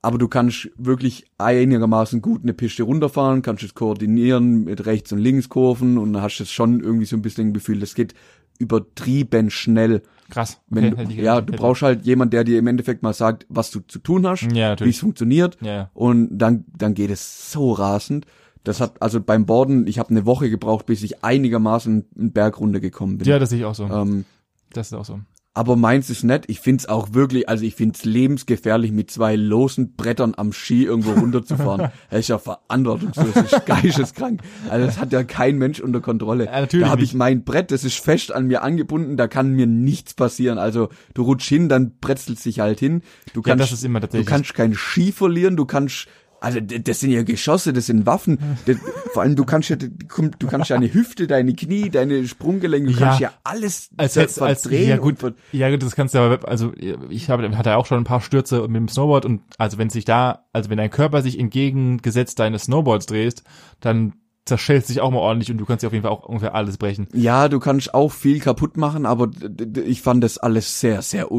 aber du kannst wirklich einigermaßen gut eine Piste runterfahren, kannst es koordinieren mit rechts und links Kurven und dann hast du schon irgendwie so ein bisschen ein Gefühl, das geht übertrieben schnell. Krass. Wenn okay, du, hätte ich- ja, du hätte- brauchst halt jemanden, der dir im Endeffekt mal sagt, was du zu tun hast, Ja, wie es natürlich. funktioniert Ja, ja. und dann, dann geht es so rasend. Das hat, also beim Borden, ich habe eine Woche gebraucht, bis ich einigermaßen einen Berg runtergekommen bin. ja, das sehe ich auch so. Ähm, Das ist auch so. aber meins ist nett. Ich find's auch wirklich, also ich find's lebensgefährlich, mit zwei losen Brettern am Ski irgendwo runterzufahren. das ist ja verantwortungslos, das ist geisteskrank. Also das hat ja kein Mensch unter Kontrolle. Ja, natürlich da habe ich nicht. mein Brett, das ist fest an mir angebunden, da kann mir nichts passieren. Also du rutschst hin, dann bretzelst dich halt hin. Du Ja, kannst, das ist immer du tatsächlich. kannst keinen Ski verlieren, du kannst also d- das sind ja Geschosse, das sind Waffen. Das, vor allem du kannst ja du kannst ja deine Hüfte, deine Knie, deine Sprunggelenke, du Ja. kannst ja alles als ver- hättest als verdrehen ja und gut ver- ja gut das kannst du aber also ich habe hatte auch schon ein paar Stürze mit dem Snowboard und also wenn sich da also wenn dein Körper sich entgegengesetzt deines Snowboards drehst dann zerschellst dich auch mal ordentlich und du kannst dir auf jeden Fall auch ungefähr alles brechen Ja, du kannst auch viel kaputt machen, aber d- d- ich fand das alles sehr, sehr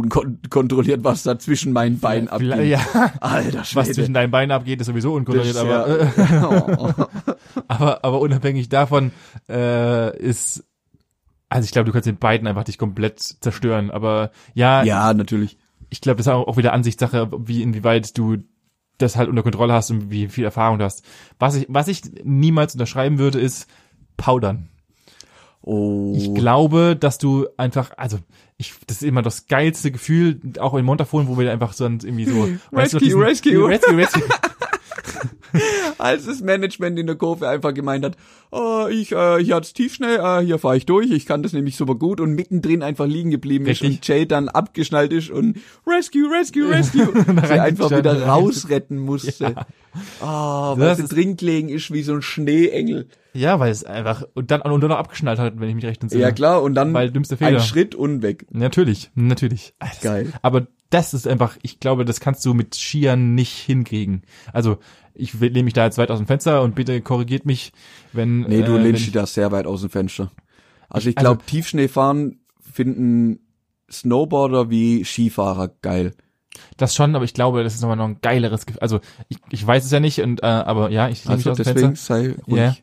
unkontrolliert, was da zwischen meinen Beinen abging. ja Alter Schwede. was zwischen deinen Beinen abgeht ist Das sowieso unkontrolliert ist aber äh, ja, oh. aber aber unabhängig davon äh, ist also ich glaube du kannst den beiden einfach dich komplett zerstören aber ja ja, natürlich. ich glaube, das ist auch auch wieder Ansichtssache, wie inwieweit du das halt unter Kontrolle hast und wie viel Erfahrung du hast. Was ich, was ich niemals unterschreiben würde, ist powdern. Oh. Ich glaube, dass du einfach, also ich, das ist immer das geilste Gefühl, auch in Montafolen, wo wir da einfach so ein- irgendwie so weißt du, Rescue, rescue. rescue, rescue. Als das Management in der Kurve einfach gemeint hat, oh, ich, äh, hier hat's tiefschnell, äh, hier fahre ich durch, ich kann das nämlich super gut und mittendrin einfach liegen geblieben ist Richtig. und Jay dann abgeschnallt ist und Rescue, Rescue, Rescue, sie einfach reingestanden, wieder rein- rausretten musste. Ah, Das weil sie drin gelegen ist wie so ein Schneeengel. Ja, weil es einfach und dann und dann noch abgeschnallt hat, wenn ich mich recht entsinne. Ja klar, und dann Weil dümmster ein Fehler. Schritt und weg. Natürlich, natürlich. Ah, das- Geil. Aber das ist einfach, ich glaube, das kannst du mit Skiern nicht hinkriegen. Also ich will- lehne mich da jetzt weit aus dem Fenster und bitte korrigiert mich, wenn Nee, du äh, lehnst dich wenn, da sehr weit aus dem Fenster. Also ich Also- glaube, Tiefschneefahren finden Snowboarder wie Skifahrer geil. das schon, aber ich glaube, das ist nochmal noch ein geileres Gefühl. Also ich, ich weiß es ja nicht und äh, aber ja, ich lehne mich Also aus dem deswegen Fenster. sei ruhig, Ja,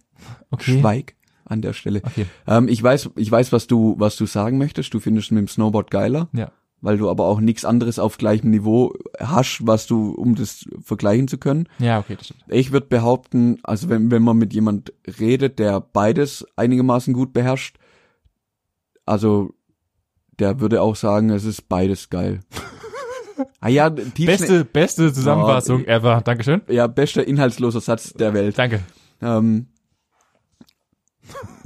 Okay. schweig an der Stelle. Okay. Ähm, ich weiß, ich weiß, was du, was du sagen möchtest. Du findest mit dem Snowboard geiler, Ja. weil du aber auch nichts anderes auf gleichem Niveau hast, was du, um das vergleichen zu können. Ja, okay, das stimmt. Ich würde behaupten, also wenn, wenn man mit jemand redet, der beides einigermaßen gut beherrscht, also der würde auch sagen, es ist beides geil. ah ja, Tiefschnee. Beste, beste Zusammenfassung Oh, ever. Dankeschön. Ja, bester inhaltsloser Satz der Welt. Danke. Ähm,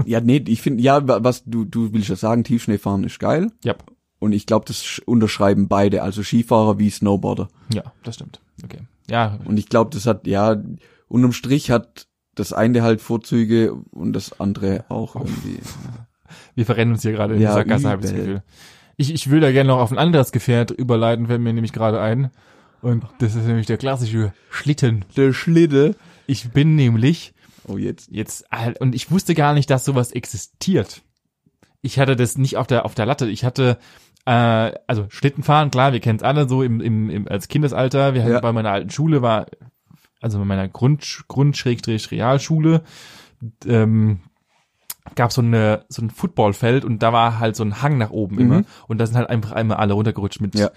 ja, nee, ich finde, ja, wa- was du, du willst ja sagen, Tiefschneefahren ist geil. Ja. Und ich glaube, das sch- unterschreiben beide, also Skifahrer wie Snowboarder. Ja, das stimmt. Okay. Ja, Und ich glaube, das hat, ja, unterm Strich hat das eine halt Vorzüge und das andere auch irgendwie. wir verrennen uns hier gerade in die Ja, Sackgasse, habe ich das übel. Gefühl. Ich, ich will da gerne noch auf ein anderes Gefährt überleiten, fällt mir nämlich gerade ein. Und das ist nämlich der klassische Schlitten. Der Schlitte. Ich bin nämlich Oh, jetzt. jetzt, halt, und ich wusste gar nicht, dass sowas existiert. Ich hatte das nicht auf der, auf der Latte. Ich hatte, äh, also Schlittenfahren, klar, wir kennen es alle so im, im, im, als Kindesalter. Wir hatten Ja. bei meiner alten Schule war, also bei meiner Grund, Grund-Realschule, ähm, gab so eine so ein Footballfeld und da war halt so ein Hang nach oben immer Mhm. und da sind halt einfach einmal alle runtergerutscht mit Ja.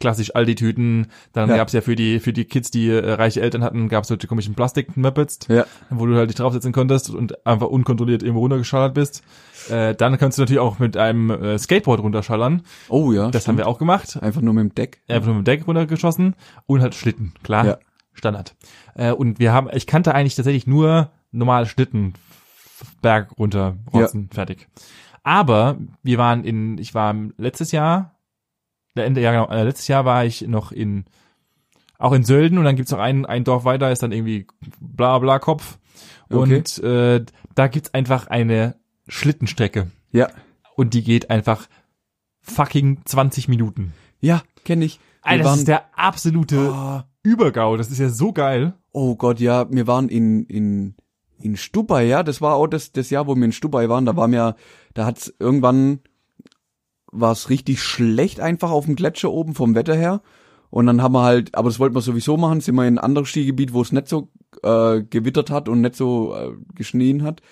klassisch Aldi-Tüten. Dann Ja. gab's ja für die für die Kids, die äh, reiche Eltern hatten, gab's solche komischen Plastik-Muppets, Ja. wo du halt dich draufsetzen konntest und einfach unkontrolliert irgendwo runtergeschallert bist. Äh, dann kannst du natürlich auch mit einem äh, Skateboard runterschallern. Oh ja. Das haben wir auch gemacht. Einfach nur mit dem Deck. Einfach nur mit dem Deck runtergeschossen und halt Schlitten, klar. Ja. Standard. Äh, und wir haben, ich kannte eigentlich tatsächlich nur normale Schlitten, f- Berg runter, rotzen, fertig. Aber wir waren in, ich war letztes Jahr, äh, Ende, ja genau, äh, letztes Jahr war ich noch in, auch in Sölden und dann gibt's noch ein, ein Dorf weiter, ist dann irgendwie bla bla Kopf. Okay. Und äh, da gibt's einfach eine Schlittenstrecke Ja. und die geht einfach fucking 20 Minuten. Ja, kenne ich. Wir Alter, das waren- ist der absolute Ah. Übergau. Das ist ja so geil. Oh Gott, ja, wir waren in, in, in Stubai, ja, das war auch das, das Jahr, wo wir in Stubai waren, da waren wir, da hat's irgendwann, war's richtig schlecht einfach auf dem Gletscher oben vom Wetter her und dann haben wir halt, aber das wollten wir sowieso machen, sind wir in ein anderes Skigebiet, wo es nicht so äh, gewittert hat und nicht so äh, geschnien hat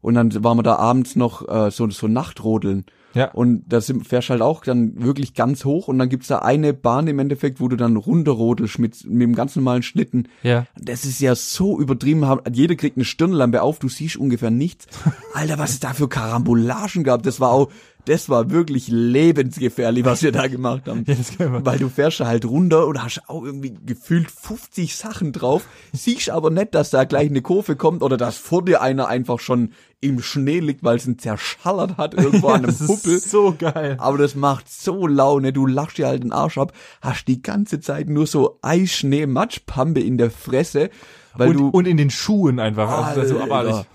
und dann waren wir da abends noch äh, so, so Nachtrodeln Ja. und da sind, fährst halt auch dann wirklich ganz hoch und dann gibt's da eine Bahn im Endeffekt, wo du dann runterrodelst mit, mit dem ganz normalen Schlitten Ja. das ist ja so übertrieben. Ha- Jeder kriegt eine Stirnlampe auf, du siehst ungefähr nichts. Alter, was es da für Karambolagen gab, das war auch, das war wirklich lebensgefährlich, was wir da gemacht haben. Ja, das können wir. Weil du fährst da halt runter und hast auch irgendwie gefühlt 50 Sachen drauf, siehst aber nicht, dass da gleich eine Kurve kommt oder dass vor dir einer einfach schon im Schnee liegt, weil es ihn zerschallert hat irgendwo an einem Huppel. Ah, so geil. Aber das macht so Laune, du lachst dir halt den Arsch ab, hast die ganze Zeit nur so Eischnee, Matschpampe in der Fresse, weil Und, du, und in den Schuhen einfach. Also das ist so Alter. abartig.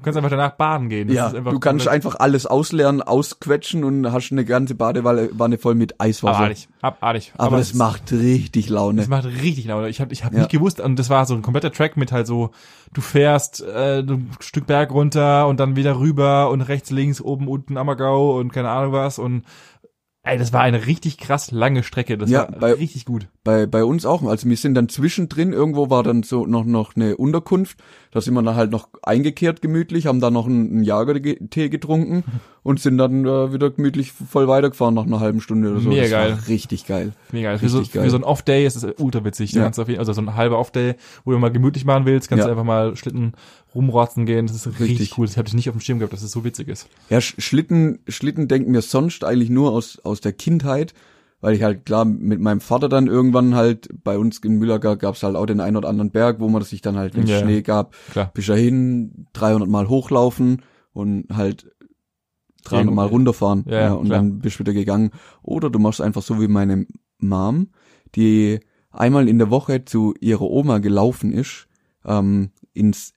Du kannst einfach danach baden gehen. Das ja, ist einfach du kannst einfach alles ausleeren, ausquetschen und hast eine ganze Badewanne Wanne voll mit Eiswasser. abartig. Abartig. Aber, das, es- macht richtig Laune. Das macht richtig Laune. Ich habe ich hab Ja. nicht gewusst, und das war so ein kompletter Track mit halt so, du fährst äh, ein Stück Berg runter und dann wieder rüber und rechts, links, oben, unten, Ammergau und keine Ahnung was. Und ey, das war eine richtig krass lange Strecke. Das Ja, war bei- richtig gut. bei, bei uns auch. Also wir sind dann zwischendrin, irgendwo war dann so noch, noch eine Unterkunft. Da sind wir dann halt noch eingekehrt gemütlich, haben dann noch einen, einen Jagertee getrunken und sind dann äh, wieder gemütlich voll weitergefahren nach einer halben Stunde oder so. Mega das geil. War richtig geil. Mega geil. Für, so, Richtig geil. für so ein Off-Day ist es ultra witzig. Du Ja. Kannst auf jeden, also so ein halber Off-Day, wo du mal gemütlich machen willst, kannst Ja. du einfach mal Schlitten rumrotzen gehen. Das ist richtig, Richtig. cool. Das habe ich nicht auf dem Schirm gehabt, dass es so witzig ist. Ja, Sch- Schlitten, Schlitten denken wir sonst eigentlich nur aus, aus der Kindheit, weil ich halt klar mit meinem Vater dann irgendwann halt, bei uns in Müllager gab's halt auch den einen oder anderen Berg, wo man sich dann halt, wenn Ja. Schnee gab, Klar. bis dahin 300 Mal hochlaufen und halt 300 Mal Irgendwo- runterfahren Ja, ja, und klar. dann bist du wieder gegangen. Oder du machst einfach so wie meine Mom, die einmal in der Woche zu ihrer Oma gelaufen ist, ähm, ins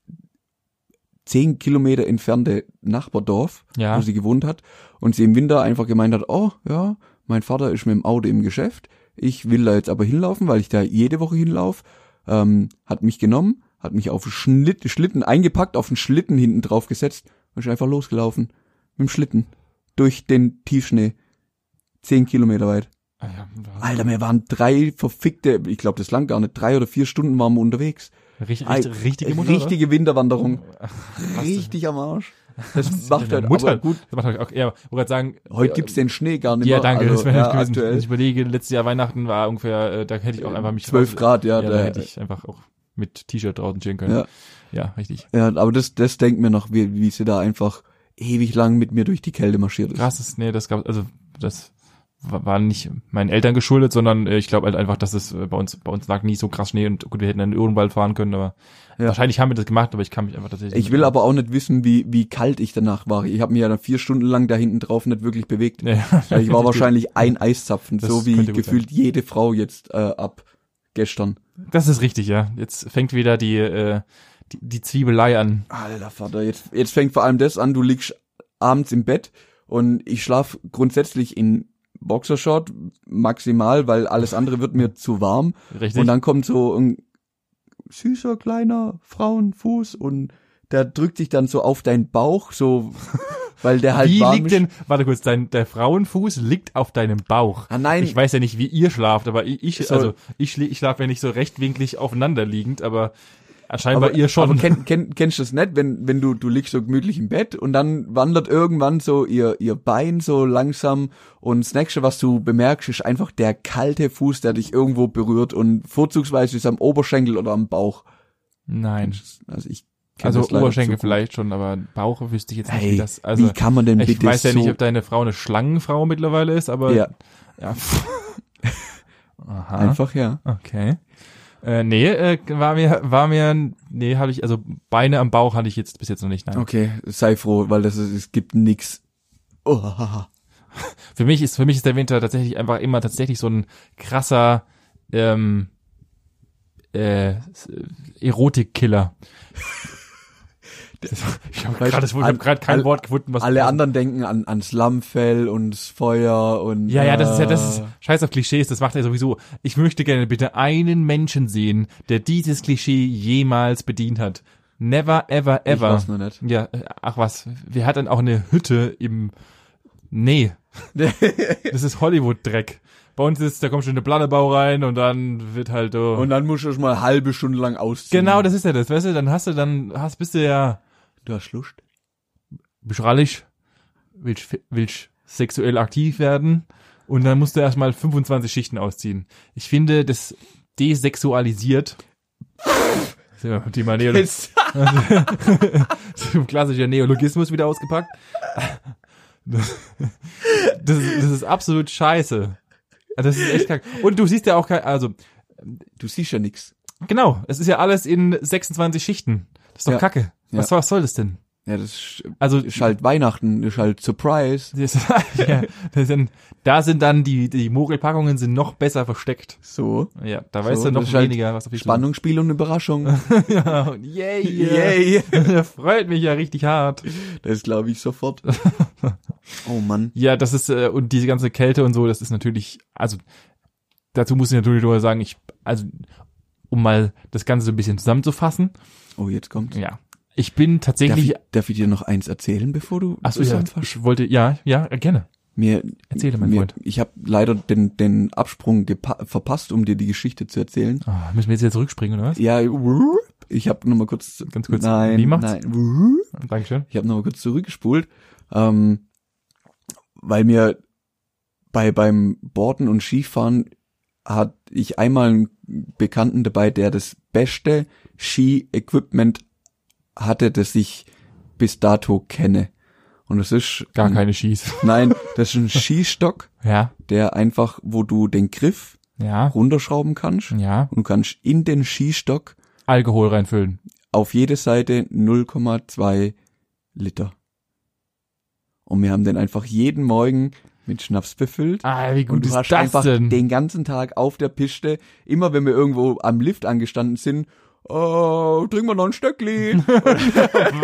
10 Kilometer entfernte Nachbardorf, Ja. wo sie gewohnt hat, und sie im Winter einfach gemeint hat, oh ja, mein Vater ist mit dem Auto im Geschäft, ich will da jetzt aber hinlaufen, weil ich da jede Woche hinlaufe, ähm, hat mich genommen, hat mich auf Schlitt, Schlitten eingepackt, auf den Schlitten hinten drauf gesetzt und ist einfach losgelaufen. Mit dem Schlitten. Durch den Tiefschnee. Zehn Kilometer weit. Ah ja, Alter, wir waren drei verfickte, ich glaube, das lang gar nicht, drei oder vier Stunden waren wir unterwegs. Richtig, Ei, richtig, richtige Mutter. oder? richtige Winterwanderung. du- Richtig am Arsch. Das Ja, macht halt Mutter. aber gut. Das macht halt auch, ja, wollte gerade sagen. Heute ja, gibt's den Schnee gar nicht Ja, mehr. danke, das also, wäre ja, nicht gewesen. Wenn aktuell. ich überlege, letztes Jahr Weihnachten war ungefähr, äh, da hätte ich auch einfach mich. 12 Grad, ja, ja, da da- hätte ich einfach auch mit T-Shirt draußen chillen können. Ja. ja richtig. Ja, aber das, das denkt mir noch, wie, wie sie da einfach ewig lang mit mir durch die Kälte marschiert ist. Krass, das, nee, das gab also das wa- war nicht meinen Eltern geschuldet, sondern äh, ich glaube halt einfach, dass es äh, bei uns bei uns lag nie so krass Schnee und gut, wir hätten in den Odenwald fahren können, aber Ja. wahrscheinlich haben wir das gemacht, aber ich kann mich einfach tatsächlich Ich will aber auch nicht wissen, wie, wie kalt ich danach war. Ich habe mich ja dann vier Stunden lang da hinten drauf nicht wirklich bewegt. Ja, Ich war wahrscheinlich ein Eiszapfen, Das so wie könnte gut gefühlt jede Frau jetzt äh, ab Gestern. Das ist richtig, ja. Jetzt fängt wieder die, äh, die, die Zwiebelei an. Alter Vater, jetzt, jetzt fängt vor allem das an, du liegst abends im Bett und ich schlaf grundsätzlich in Boxershort maximal, weil alles andere wird mir zu warm. Richtig. Und dann kommt so ein süßer kleiner Frauenfuß und der drückt sich dann so auf deinen Bauch, so weil der halt wie warm liegt ist. denn, warte kurz, dein, der Frauenfuß liegt auf deinem Bauch. Ah nein, Ich weiß ja nicht, wie ihr schlaft, aber ich, ich So. also ich, schlie- ich schlafe ja nicht so rechtwinklig aufeinander liegend, aber scheinbar ihr schon. Aber kenn, kenn, kennst du das nicht, wenn, wenn du, du liegst so gemütlich im Bett und dann wandert irgendwann so ihr, ihr Bein so langsam und das nächste, was du bemerkst, ist einfach der kalte Fuß, der dich irgendwo berührt und vorzugsweise ist am Oberschenkel oder am Bauch. Nein. Also ich kenn Also das leider Oberschenkel zu gut. vielleicht schon, aber Bauch wüsste ich jetzt nicht, Hey, wie das. Also wie kann man denn ich bitte weiß ja so nicht, ob deine Frau eine Schlangenfrau mittlerweile ist, aber Ja. ja. Aha. einfach ja. Okay. Äh, nee, äh, war mir, war mir, nee, habe ich, also Beine am Bauch hatte ich jetzt bis jetzt noch nicht. Nein. Okay, sei froh, weil das ist, es gibt nix. Oh, haha. Für mich ist, für mich ist der Winter tatsächlich einfach immer tatsächlich so ein krasser ähm, äh, s- äh, Erotikkiller. Das- Ich habe Weißt gerade das Wort- ich du, hab grad kein all- Wort gefunden, was alle anderen denken an ans Lammfell und das Feuer und Ja, ja, das ist ja, das äh, ist Scheiß auf Klischees, das macht er sowieso. Ich möchte gerne bitte einen Menschen sehen, der dieses Klischee jemals bedient hat. Never, ever, ich ever. weiß noch nicht. Ja, äh, ach was, wir hatten auch eine Hütte im Nee, das ist Hollywood Dreck. Bei uns ist, da kommt schon eine Planebau rein und dann wird halt oh. Und dann musst du schon mal eine halbe Stunde lang ausziehen. Genau, das ist ja das, weißt du, dann hast du dann hast bist du ja Du hast Lust. beschrallig, willst fi- willst sexuell aktiv werden und dann musst du erstmal 25 Schichten ausziehen. Ich finde, das desexualisiert Sind wir beim Thema Neolo Jetzt. klassischer Neologismus wieder ausgepackt. Das, das, ist- das ist absolut scheiße. Das ist echt kacke. Und du siehst ja auch kein, also Du siehst ja nix. Genau, es ist ja alles in 26 Schichten. Das ist doch Ja. Kacke. Was, was soll das denn? Ja, das ist, Also ist halt Weihnachten, ist halt Surprise. das, ja, das sind, da sind dann die die Mogelpackungen sind noch besser versteckt. So. Ja, da So, weißt du das noch ist halt weniger, was auf dich Spannungsspiel und Überraschung. zukommt. Ja, und yay. yay. Yay. Das freut mich ja richtig hart. Das glaube ich sofort. Oh Mann. Ja, das ist äh, und diese ganze Kälte und so, das ist natürlich also dazu muss ich natürlich nur sagen, ich also um mal das Ganze so ein bisschen zusammenzufassen. Oh, jetzt kommt. Ja, ich bin Darf tatsächlich ich, darf ich dir noch eins erzählen, bevor du Ach so, ja, zusammenfasst? ich wollte ja, ja, gerne. Mir, Erzähle, mein mir, Freund. Ich habe leider den, den Absprung gepa- verpasst, um dir die Geschichte zu erzählen. Ah, müssen wir jetzt wieder zurückspringen, oder was? Ja, ich habe nochmal kurz. Ganz kurz, Nein, wie macht's? nein. Dankeschön. Ich habe nochmal kurz zurückgespult, ähm, weil mir bei beim Borden und Skifahren hat ich einmal einen Bekannten dabei, der das beste Ski-Equipment hatte, das ich bis dato kenne. Und das ist Gar keine Schieß. Nein, das ist ein Skistock, Ja, der einfach, wo du den Griff ja, runterschrauben kannst und ja. du kannst in den Skistock Alkohol reinfüllen. auf jede Seite 0,2 Liter. Und wir haben den einfach jeden Morgen mit Schnaps befüllt. Ah, wie und du hast einfach den ganzen Tag auf der Piste, immer wenn wir irgendwo am Lift angestanden sind, oh, trinken wir noch ein Stöckli. und,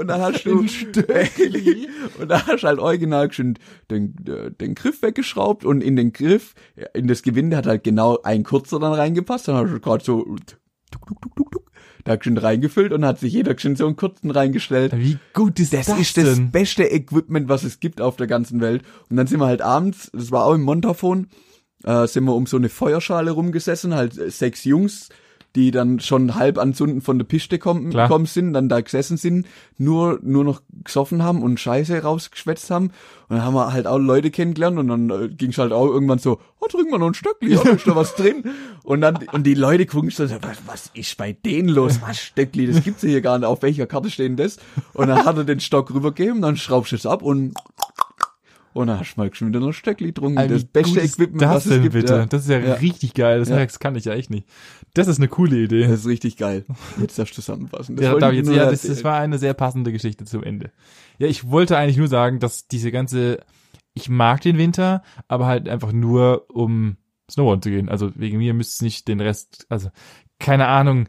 und dann hast du Ein Stöckli. und dann hast du halt original schon den, äh, den Griff weggeschraubt und in den Griff, in das Gewinde hat halt genau ein kurzer dann reingepasst. Dann hast du gerade so tuk, tuk, tuk, tuk, tuk, da schon reingefüllt und hat sich jeder schon so einen kurzen reingestellt. Wie gut ist das, Das ist das denn? beste Equipment, was es gibt auf der ganzen Welt. Und dann sind wir halt abends, das war auch im Montafon, äh, sind wir um so eine Feuerschale rumgesessen, halt äh, sechs Jungs, die dann schon halb anzünden von der Piste kommen, Klar. gekommen sind, dann da gesessen sind, nur, nur noch gesoffen haben und Scheiße rausgeschwätzt haben. Und dann haben wir halt auch Leute kennengelernt und dann äh, ging's halt auch irgendwann so, oh, trinken wir noch ein Stöckli, oh, da ist da was drin? Und dann, und die Leute gucken schon so, was, was ist bei denen los? Was, Stöckli, das gibt's ja hier gar nicht, auf welcher Karte steht denn das? Und dann hat er den Stock rübergegeben, dann schraubst du es ab und und dann hast du mal schon wieder noch ein Stöckli getrunken. Ah, wie das beste gut ist Equipment, das was es denn gibt. bitte? Ja. Das ist ja, Ja. richtig geil. Das, Ja. das kann ich ja echt nicht. Das ist eine coole Idee. Das ist richtig geil. Jetzt darfst du zusammenfassen. Das Ja, wollte darf ich ich jetzt, nur äh, ja das, erzählen. das war eine sehr passende Geschichte zum Ende. Ja, ich wollte eigentlich nur sagen, dass diese ganze, ich mag den Winter, aber halt einfach nur, um Snowboarden zu gehen. Also wegen mir müsst nicht den Rest, also keine Ahnung,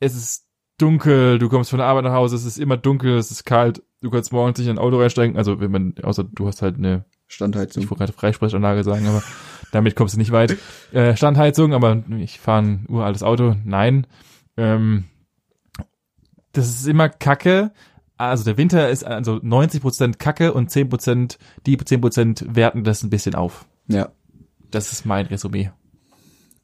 es ist dunkel, du kommst von der Arbeit nach Hause, es ist immer dunkel, es ist kalt, du kannst morgens nicht in ein Auto reinsteigen, also wenn man, außer du hast halt eine, Standheizung. ich wollte gerade Freisprechanlage sagen, aber damit kommst du nicht weit. Äh, Standheizung, aber ich fahre ein uraltes Auto, nein. Ähm, das ist immer Kacke, also der Winter ist also 90% Kacke und 10%, die 10% werten das ein bisschen auf. Ja, Das ist mein Resümee.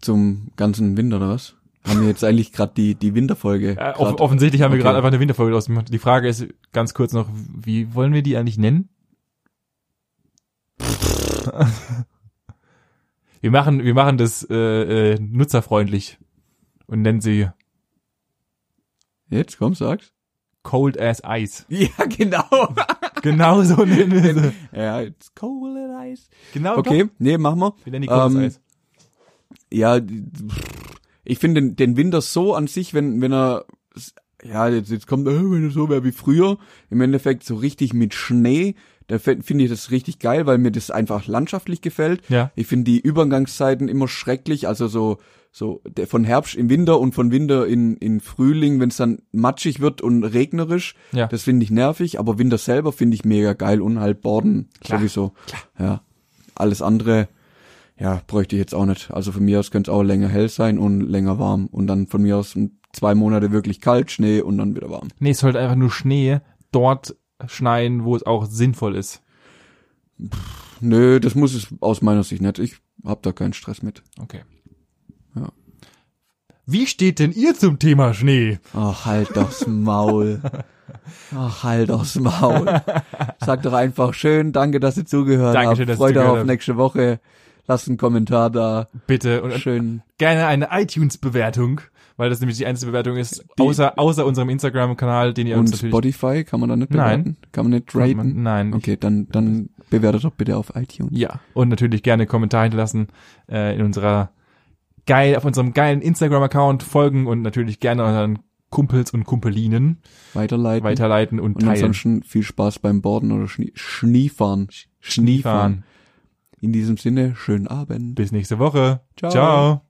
zum ganzen Winter oder was? Haben wir jetzt eigentlich gerade die die Winterfolge? Äh, grad- off offensichtlich haben wir Okay. gerade einfach eine Winterfolge draus gemacht. Die Frage ist ganz kurz noch, wie wollen wir die eigentlich nennen? wir machen, wir machen das äh, äh, nutzerfreundlich und nennen sie Jetzt komm, sag's. Cold as Ice. Ja, genau. Genau so nennen wir sie. ja, it's cold and ice. Genau. Okay, nee, machen wir. Doch. Wir nennen die Cold Ähm, as Ice. ja, die- pff, ich finde den, den Winter so an sich, wenn, wenn er, ja, jetzt, jetzt kommt, äh, wenn er so wäre wie früher, im Endeffekt so richtig mit Schnee, da fä- finde ich das richtig geil, weil mir das einfach landschaftlich gefällt. Ja. Ich finde die Übergangszeiten immer schrecklich, also so, so der, von Herbst in Winter und von Winter in, in Frühling, wenn es dann matschig wird und regnerisch, Ja. das finde ich nervig, aber Winter selber finde ich mega geil und halt Borden Klar, sowieso. Ja. Alles andere, ja, bräuchte ich jetzt auch nicht. Also von mir aus könnte es auch länger hell sein und länger warm und dann von mir aus m, zwei Monate wirklich kalt, Schnee und dann wieder warm. Nee, es sollte einfach nur Schnee dort schneien, wo es auch sinnvoll ist. Nö, das muss es aus meiner Sicht nicht. Ich hab da keinen Stress mit. Okay. Ja. Wie steht denn ihr zum Thema Schnee? Ach, halt doch's Maul. Ach, halt doch's Maul. Sag doch einfach schön, danke, dass ihr zugehört Dankeschön, habt. dass ihr Freut euch zugehört auf habt. nächste Woche. Lasst einen Kommentar da. Bitte. Und, Schön. gerne eine iTunes-Bewertung, weil das nämlich die einzige Bewertung ist, Die- außer, außer unserem Instagram-Kanal, den ihr uns Und natürlich... Spotify kann man da nicht Nein. bewerten? Kann man nicht raten? Nein. Okay. Okay, dann, dann bewertet doch bitte auf iTunes. Ja, und natürlich gerne Kommentare hinterlassen äh, in unserer geil, auf unserem geilen Instagram-Account folgen und natürlich gerne unseren Kumpels und Kumpelinen Weiterleiten. weiterleiten und, Und teilen. ansonsten viel Spaß beim Borden oder Schnie Schniefahren. Schniefahren. Fahren. In diesem Sinne, schönen Abend. Bis nächste Woche. Ciao. Ciao.